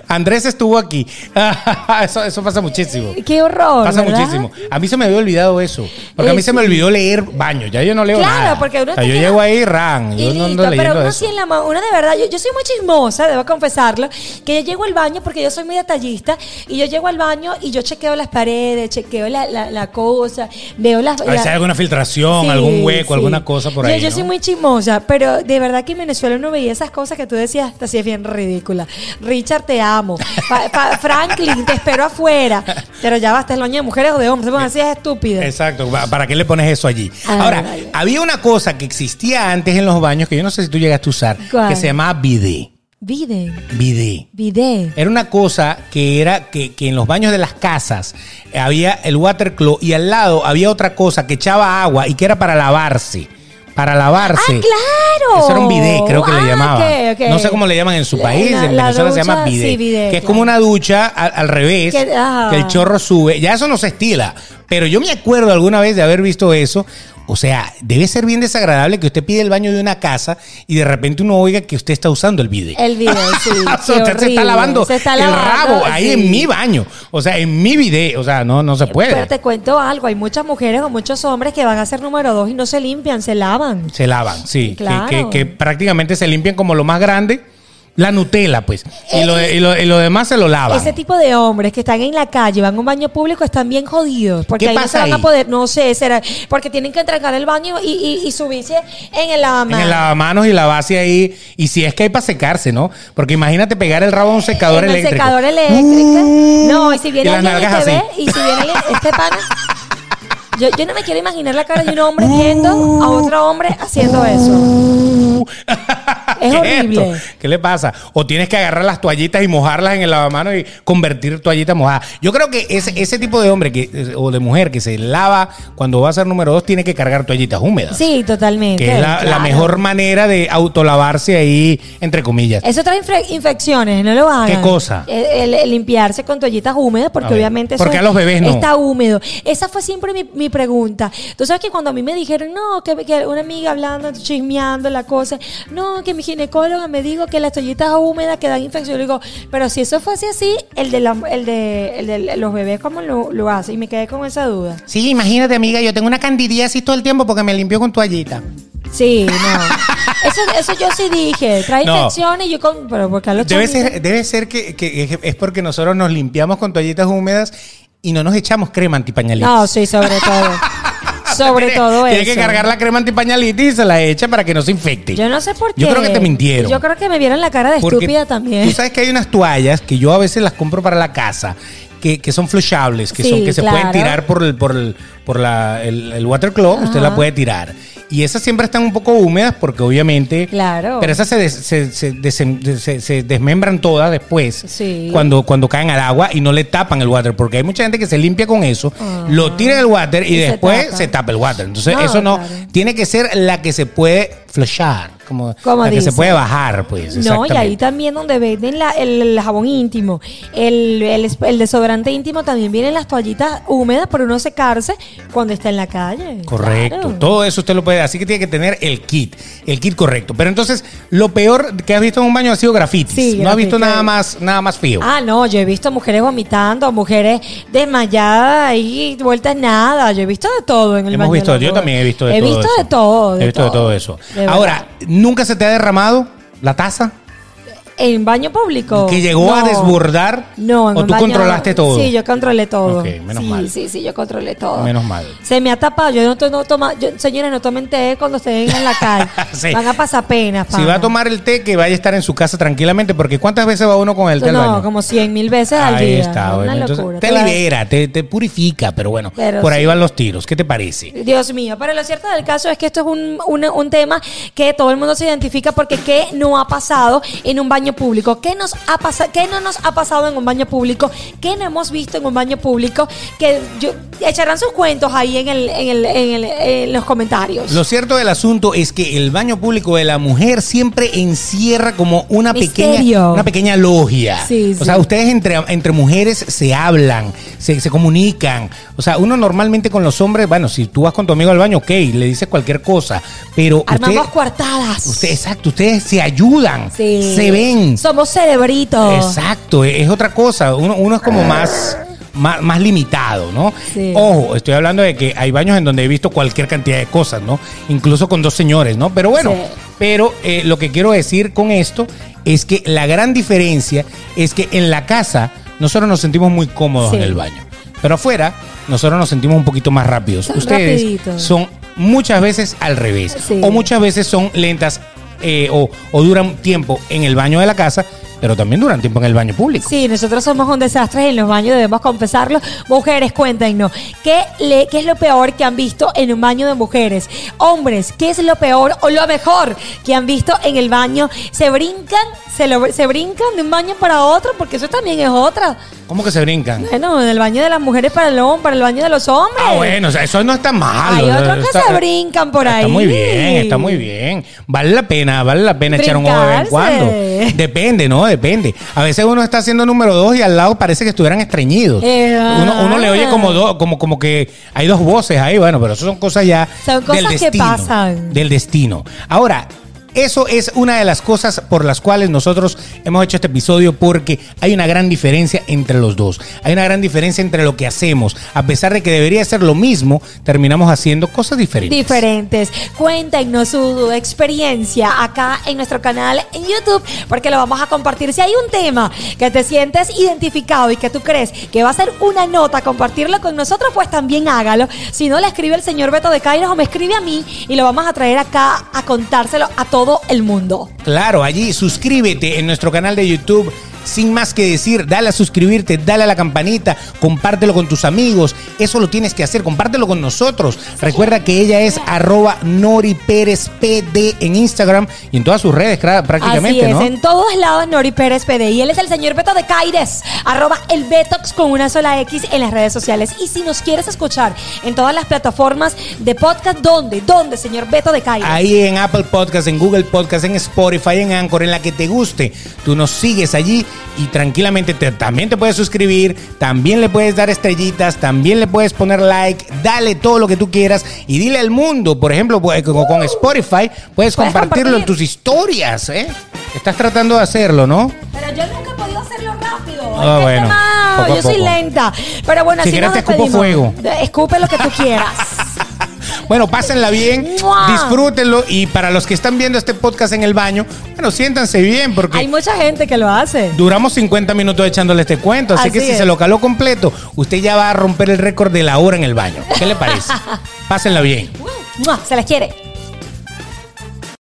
S1: Andrés estuvo aquí. eso, eso pasa muchísimo.
S2: Qué horror.
S1: Pasa
S2: ¿verdad?
S1: muchísimo. A mí se me había olvidado eso. Porque a mí
S2: Eh,
S1: se me
S2: sí.
S1: olvidó leer baño. Ya yo no leo
S2: Claro,
S1: nada.
S2: porque uno
S1: O sea,
S2: te
S1: yo
S2: queda-
S1: llego ahí, ran.
S2: Y
S1: Yo no
S2: listo,
S1: ando
S2: pero
S1: leyendo
S2: uno
S1: eso.
S2: sí en la ma- uno de verdad, yo, yo soy muy chismosa, debo confesarlo, que yo llego al baño porque yo soy muy detallista y yo llego al baño y yo chequeo las paredes, chequeo la, la, la cosa, veo las...
S1: A ver si hay
S2: la-
S1: alguna filtración,
S2: Sí,
S1: algún hueco,
S2: sí.
S1: alguna cosa por
S2: Yo-
S1: ahí.
S2: Yo,
S1: ¿no?
S2: soy muy chismosa, pero de verdad que en Venezuela uno veía esas cosas que tú decías, te hacías bien ridícula. Richard, te amo. Pa- pa- Franklin, te espero afuera. Pero ya basta, es el baño de mujeres o de hombres, pues así es estúpida.
S1: Exacto, pa- ¿para qué le pones eso allí?
S2: Ah,
S1: Ahora,
S2: vale.
S1: había una cosa que existía antes en los baños que yo no sé si tú llegaste a usar,
S2: ¿Cuál?
S1: que se llamaba bidé.
S2: Vide,
S1: Bidé.
S2: vide.
S1: Era una cosa que era que, que en los baños de las casas había el water clo y al lado había otra cosa que echaba agua y que era para lavarse. Para lavarse.
S2: ¡Ah, claro!
S1: Eso era un bidet, creo que
S2: Ah,
S1: le llamaban.
S2: ok, ok.
S1: No sé cómo le llaman en su
S2: La-
S1: país.
S2: la-
S1: en
S2: la
S1: Venezuela se llama
S2: ducha,
S1: bidet.
S2: sí, bidet,
S1: que es
S2: claro.
S1: como una ducha al, al revés.
S2: Que-
S1: Que,
S2: ah.
S1: el chorro sube. Ya eso no se estila. Pero yo me acuerdo alguna vez de haber visto eso. O sea, debe ser bien desagradable que usted pide el baño de una casa y de repente uno oiga que usted está usando el bidet.
S2: El video, sí.
S1: O sea,
S2: qué
S1: usted se está
S2: horrible.
S1: lavando
S2: Se está
S1: el
S2: lavando,
S1: rabo ahí
S2: sí.
S1: en mi baño. O sea, en mi video. O sea, no, no se
S2: Pero
S1: puede.
S2: te cuento algo, hay muchas mujeres o muchos hombres que van a ser número dos y no se limpian, se lavan.
S1: Se lavan, sí. Que-
S2: Claro.
S1: Que, que prácticamente se limpian como lo más grande. La Nutella, pues. Y lo, de- y lo- y lo demás se lo lavan.
S2: Ese tipo de hombres que están en la calle, van a un baño público, están bien jodidos. Porque
S1: ¿Qué
S2: ahí no
S1: pasa
S2: se van a
S1: ahí?
S2: poder, no sé, será, porque tienen que trancar el baño y, y- y subirse en el
S1: en
S2: lavamanos.
S1: el lavamanos y la base ahí. Y si es que hay para secarse, ¿no? Porque imagínate pegar el rabo a un secador
S2: en el
S1: eléctrico.
S2: secador eléctrico.
S1: Uh,
S2: no, y si viene
S1: y las
S2: alguien y
S1: nalgas
S2: te ve,
S1: así.
S2: y si viene alguien- este pana. Yo, yo no me quiero imaginar la cara de un hombre
S1: Uh.
S2: viendo a otro hombre haciendo eso. Es
S1: ¿Qué
S2: horrible.
S1: esto? ¿Qué le pasa? O tienes que agarrar las toallitas y mojarlas en el lavamanos y convertir toallita mojada. Yo creo que ese, ese tipo de hombre que, eh, o de mujer que se lava cuando va a ser número dos tiene que cargar toallitas húmedas.
S2: Sí, totalmente.
S1: Que es la, la
S2: claro.
S1: mejor manera de autolavarse ahí, entre comillas.
S2: Eso trae infre- infecciones, no lo hagan.
S1: ¿Qué cosa?
S2: El, el- el limpiarse con toallitas húmedas,
S1: A
S2: porque
S1: ver,
S2: obviamente
S1: ¿por qué a los bebés no?
S2: está húmedo. Esa fue siempre mi, mi pregunta. Tú sabes que cuando a mí me dijeron, no, que, que una amiga hablando, chismeando la cosa, no, que mi ginecóloga me dijo que las toallitas húmedas que dan infección. Yo digo, pero si eso fuese así, el de, la- el de, el de los bebés, ¿cómo lo, lo hace? Y me quedé con esa duda.
S1: Sí, imagínate, amiga, yo tengo una candidiasis todo el tiempo porque me limpió con toallita.
S2: Sí, no. Eso, eso yo sí dije. Trae
S1: No.
S2: infecciones y yo con. Pero porque a los
S1: Debe
S2: chamitos-
S1: ser, debe ser que, que es porque nosotros nos limpiamos con toallitas húmedas y no nos echamos crema antipañalitis.
S2: No, sí, sobre todo. sobre
S1: Tiene-
S2: todo eso.
S1: Tiene que cargar la crema antipañalitis y se la echa para que no se infecte.
S2: Yo no sé por qué.
S1: Yo creo que te mintieron.
S2: Yo creo que me vieron la cara de
S1: Porque
S2: estúpida también.
S1: Tú sabes que hay unas toallas que yo a veces las compro para la casa. Que, que son flushables, que,
S2: Sí,
S1: son, que se pueden
S2: claro.
S1: tirar por el, por el, por la, el, el water claw, usted la puede tirar. Y esas siempre están un poco húmedas porque obviamente...
S2: Claro.
S1: Pero esas se, des- se, se desem- se- se desmembran todas después
S2: Sí.
S1: cuando, cuando caen al agua y no le tapan el water porque hay mucha gente que se limpia con eso, lo tira en el water y,
S2: Ah. Y se
S1: después
S2: tapa.
S1: se tapa el water. Entonces
S2: No,
S1: eso no...
S2: claro.
S1: Tiene que ser la que se puede flushar, como,
S2: Como
S1: la que se
S2: dicen.
S1: puede bajar, pues.
S2: No, y ahí
S1: exactamente.
S2: también donde venden la- el, el jabón íntimo, el, el, esp- el desodorante íntimo, también vienen las toallitas húmedas para uno secarse cuando está en la calle.
S1: Correcto,
S2: Claro.
S1: todo eso usted lo puede, así que tiene que tener el kit, el kit correcto. Pero entonces, lo peor que has visto en un baño ha sido grafitis.
S2: Sí,
S1: no has visto
S2: grafitis.
S1: nada más, nada más feo.
S2: Ah, no, yo he visto mujeres vomitando, mujeres desmayadas ahí, vueltas nada. Yo he visto de todo en el
S1: Hemos
S2: baño de
S1: visto,
S2: los
S1: yo
S2: dos.
S1: también he visto de
S2: he
S1: todo.
S2: visto
S1: eso.
S2: de todo.
S1: he visto de todo eso.
S2: De verdad.
S1: Ahora, ¿nunca se te ha derramado la taza?
S2: en baño público.
S1: Que llegó a
S2: No.
S1: desbordar.
S2: No, en
S1: o
S2: un
S1: tú
S2: baño-
S1: controlaste todo.
S2: Sí, yo controlé todo.
S1: Ok, menos
S2: sí,
S1: mal.
S2: Sí, sí, yo controlé todo.
S1: Menos mal.
S2: Se me ha tapado. Yo no, to- no toma, yo- señores, no tomen té cuando estén en la calle.
S1: Sí.
S2: Van a pasar penas.
S1: Si va a tomar el té, que vaya a estar en su casa tranquilamente, porque ¿cuántas veces va uno con el té al
S2: No,
S1: baño?
S2: como cien mil veces al
S1: Ahí
S2: día.
S1: está,
S2: Una
S1: bueno, entonces,
S2: locura.
S1: te
S2: Toda-
S1: libera, te, te purifica, pero bueno,
S2: Pero
S1: por ahí
S2: sí.
S1: van los tiros. ¿Qué te parece?
S2: Dios mío, pero lo cierto del caso es que esto es un, un- un tema que todo el mundo se identifica porque ¿qué no ha pasado en un baño público? ¿Qué, nos ha pasa- qué no nos ha pasado en un baño público? ¿Qué no hemos visto en un baño público? Que yo- echarán sus cuentos ahí en, el- en el- en el- en los comentarios.
S1: Lo cierto del asunto es que el baño público de la mujer siempre encierra como una pequeña
S2: Misterio.
S1: una pequeña logia.
S2: Sí,
S1: O
S2: sí.
S1: sea, ustedes entre, entre mujeres se hablan, se, se comunican. O sea, uno normalmente con los hombres, bueno, si tú vas con tu amigo al baño, ok, le dices cualquier cosa, pero
S2: Armamos
S1: usted-
S2: cuartadas.
S1: usted- exacto, ustedes se ayudan,
S2: Sí.
S1: se ven.
S2: Somos cerebritos.
S1: Exacto, e-, es es otra cosa. Uno, uno es como más, más, más limitado, ¿no?
S2: Sí.
S1: Ojo, estoy hablando de que hay baños en donde he visto cualquier cantidad de cosas, ¿no? Incluso con dos señores, ¿no? Pero bueno,
S2: Sí.
S1: pero eh, lo que quiero decir con esto es que la gran diferencia es que en la casa nosotros nos sentimos muy cómodos
S2: Sí.
S1: en el baño, pero afuera nosotros nos sentimos un poquito más rápidos.
S2: Son
S1: Ustedes
S2: rapiditos.
S1: son muchas veces al revés
S2: Sí.
S1: o muchas veces son lentas eh, o, o duran tiempo en el baño de la casa, pero también duran tiempo en el baño público.
S2: Sí, nosotros somos un desastre en los baños, debemos confesarlo. Mujeres, cuéntenos, ¿qué, le, ¿qué es lo peor que han visto en un baño de mujeres? Hombres, ¿qué es lo peor o lo mejor que han visto en el baño? ¿Se brincan? ¿Se, lo- se brincan de un baño para otro? Porque eso también es otra.
S1: ¿Cómo que se brincan?
S2: Bueno, en el baño de las mujeres para el hombre, para el baño de los hombres.
S1: Ah, bueno, o sea, eso no está mal.
S2: Hay
S1: o sea,
S2: otros que
S1: está-
S2: se brincan por ahí.
S1: Está muy bien, está muy bien. Vale la pena, vale la pena echar un ojo de vez en cuando.
S2: Brincarse.
S1: Depende, ¿no? Depende. A veces uno está haciendo número dos y al lado parece que estuvieran estreñidos.
S2: Eh,
S1: uno, uno le oye como,
S2: ah.
S1: dos, como, como que hay dos voces ahí, bueno, pero eso son cosas ya
S2: Son cosas que pasan.
S1: Del destino. Ahora, eso es una de las cosas por las cuales nosotros hemos hecho este episodio porque hay una gran diferencia entre los dos. Hay una gran diferencia entre lo que hacemos. A pesar de que debería ser lo mismo, terminamos haciendo cosas diferentes.
S2: diferentes. Cuéntenos su experiencia acá en nuestro canal en YouTube, porque lo vamos a compartir. Si hay un tema que te sientes identificado y que tú crees que va a ser una nota compartirlo con nosotros, pues también hágalo. Si no, le escribe el señor Beto de Kairos o me escribe a mí y lo vamos a traer acá a contárselo a todo el mundo.
S1: Claro, allí suscríbete en nuestro canal de YouTube. Sin más que decir, dale a suscribirte, dale a la campanita, compártelo con tus amigos. Eso lo tienes que hacer, compártelo con nosotros. Recuerda que ella es arroba Nori Pérez PD en Instagram y en todas sus redes cra- prácticamente,
S2: Así es,
S1: ¿no?
S2: en todos lados Nori Pérez PD. Y él es el señor Beto de Caires, arroba el Betox con una sola X en las redes sociales. Y si nos quieres escuchar en todas las plataformas de podcast, ¿dónde? ¿Dónde, señor Beto de Caires?
S1: Ahí en Apple Podcast, en Google Podcast, en Spotify, en Anchor, en la que te guste. Tú nos sigues allí y tranquilamente te- también te puedes suscribir, también le puedes dar estrellitas, también le puedes poner like, dale todo lo que tú quieras y dile al mundo, por ejemplo, pues, con, con Spotify, puedes compartirlo
S2: compartir.
S1: en tus historias, ¿eh? Estás tratando de hacerlo, ¿no?
S2: Pero yo nunca he podido hacerlo rápido.
S1: Ah,
S2: Hay gente
S1: bueno,
S2: más.
S1: poco a
S2: Yo soy
S1: poco.
S2: lenta. Pero bueno,
S1: Si
S2: así
S1: quieres
S2: nos
S1: te escupo
S2: despedimos.
S1: fuego.
S2: Escupe lo que tú quieras.
S1: Bueno, pásenla bien,
S2: ¡Mua!
S1: disfrútenlo y para los que están viendo este podcast en el baño, bueno, siéntanse bien porque
S2: Hay mucha gente que lo hace.
S1: Duramos 50 minutos echándole este cuento, así,
S2: Así
S1: que si
S2: es.
S1: se lo caló completo, usted ya va a romper el récord de la hora en el baño. ¿Qué le parece? Pásenla bien.
S2: ¡Mua! Se las quiere.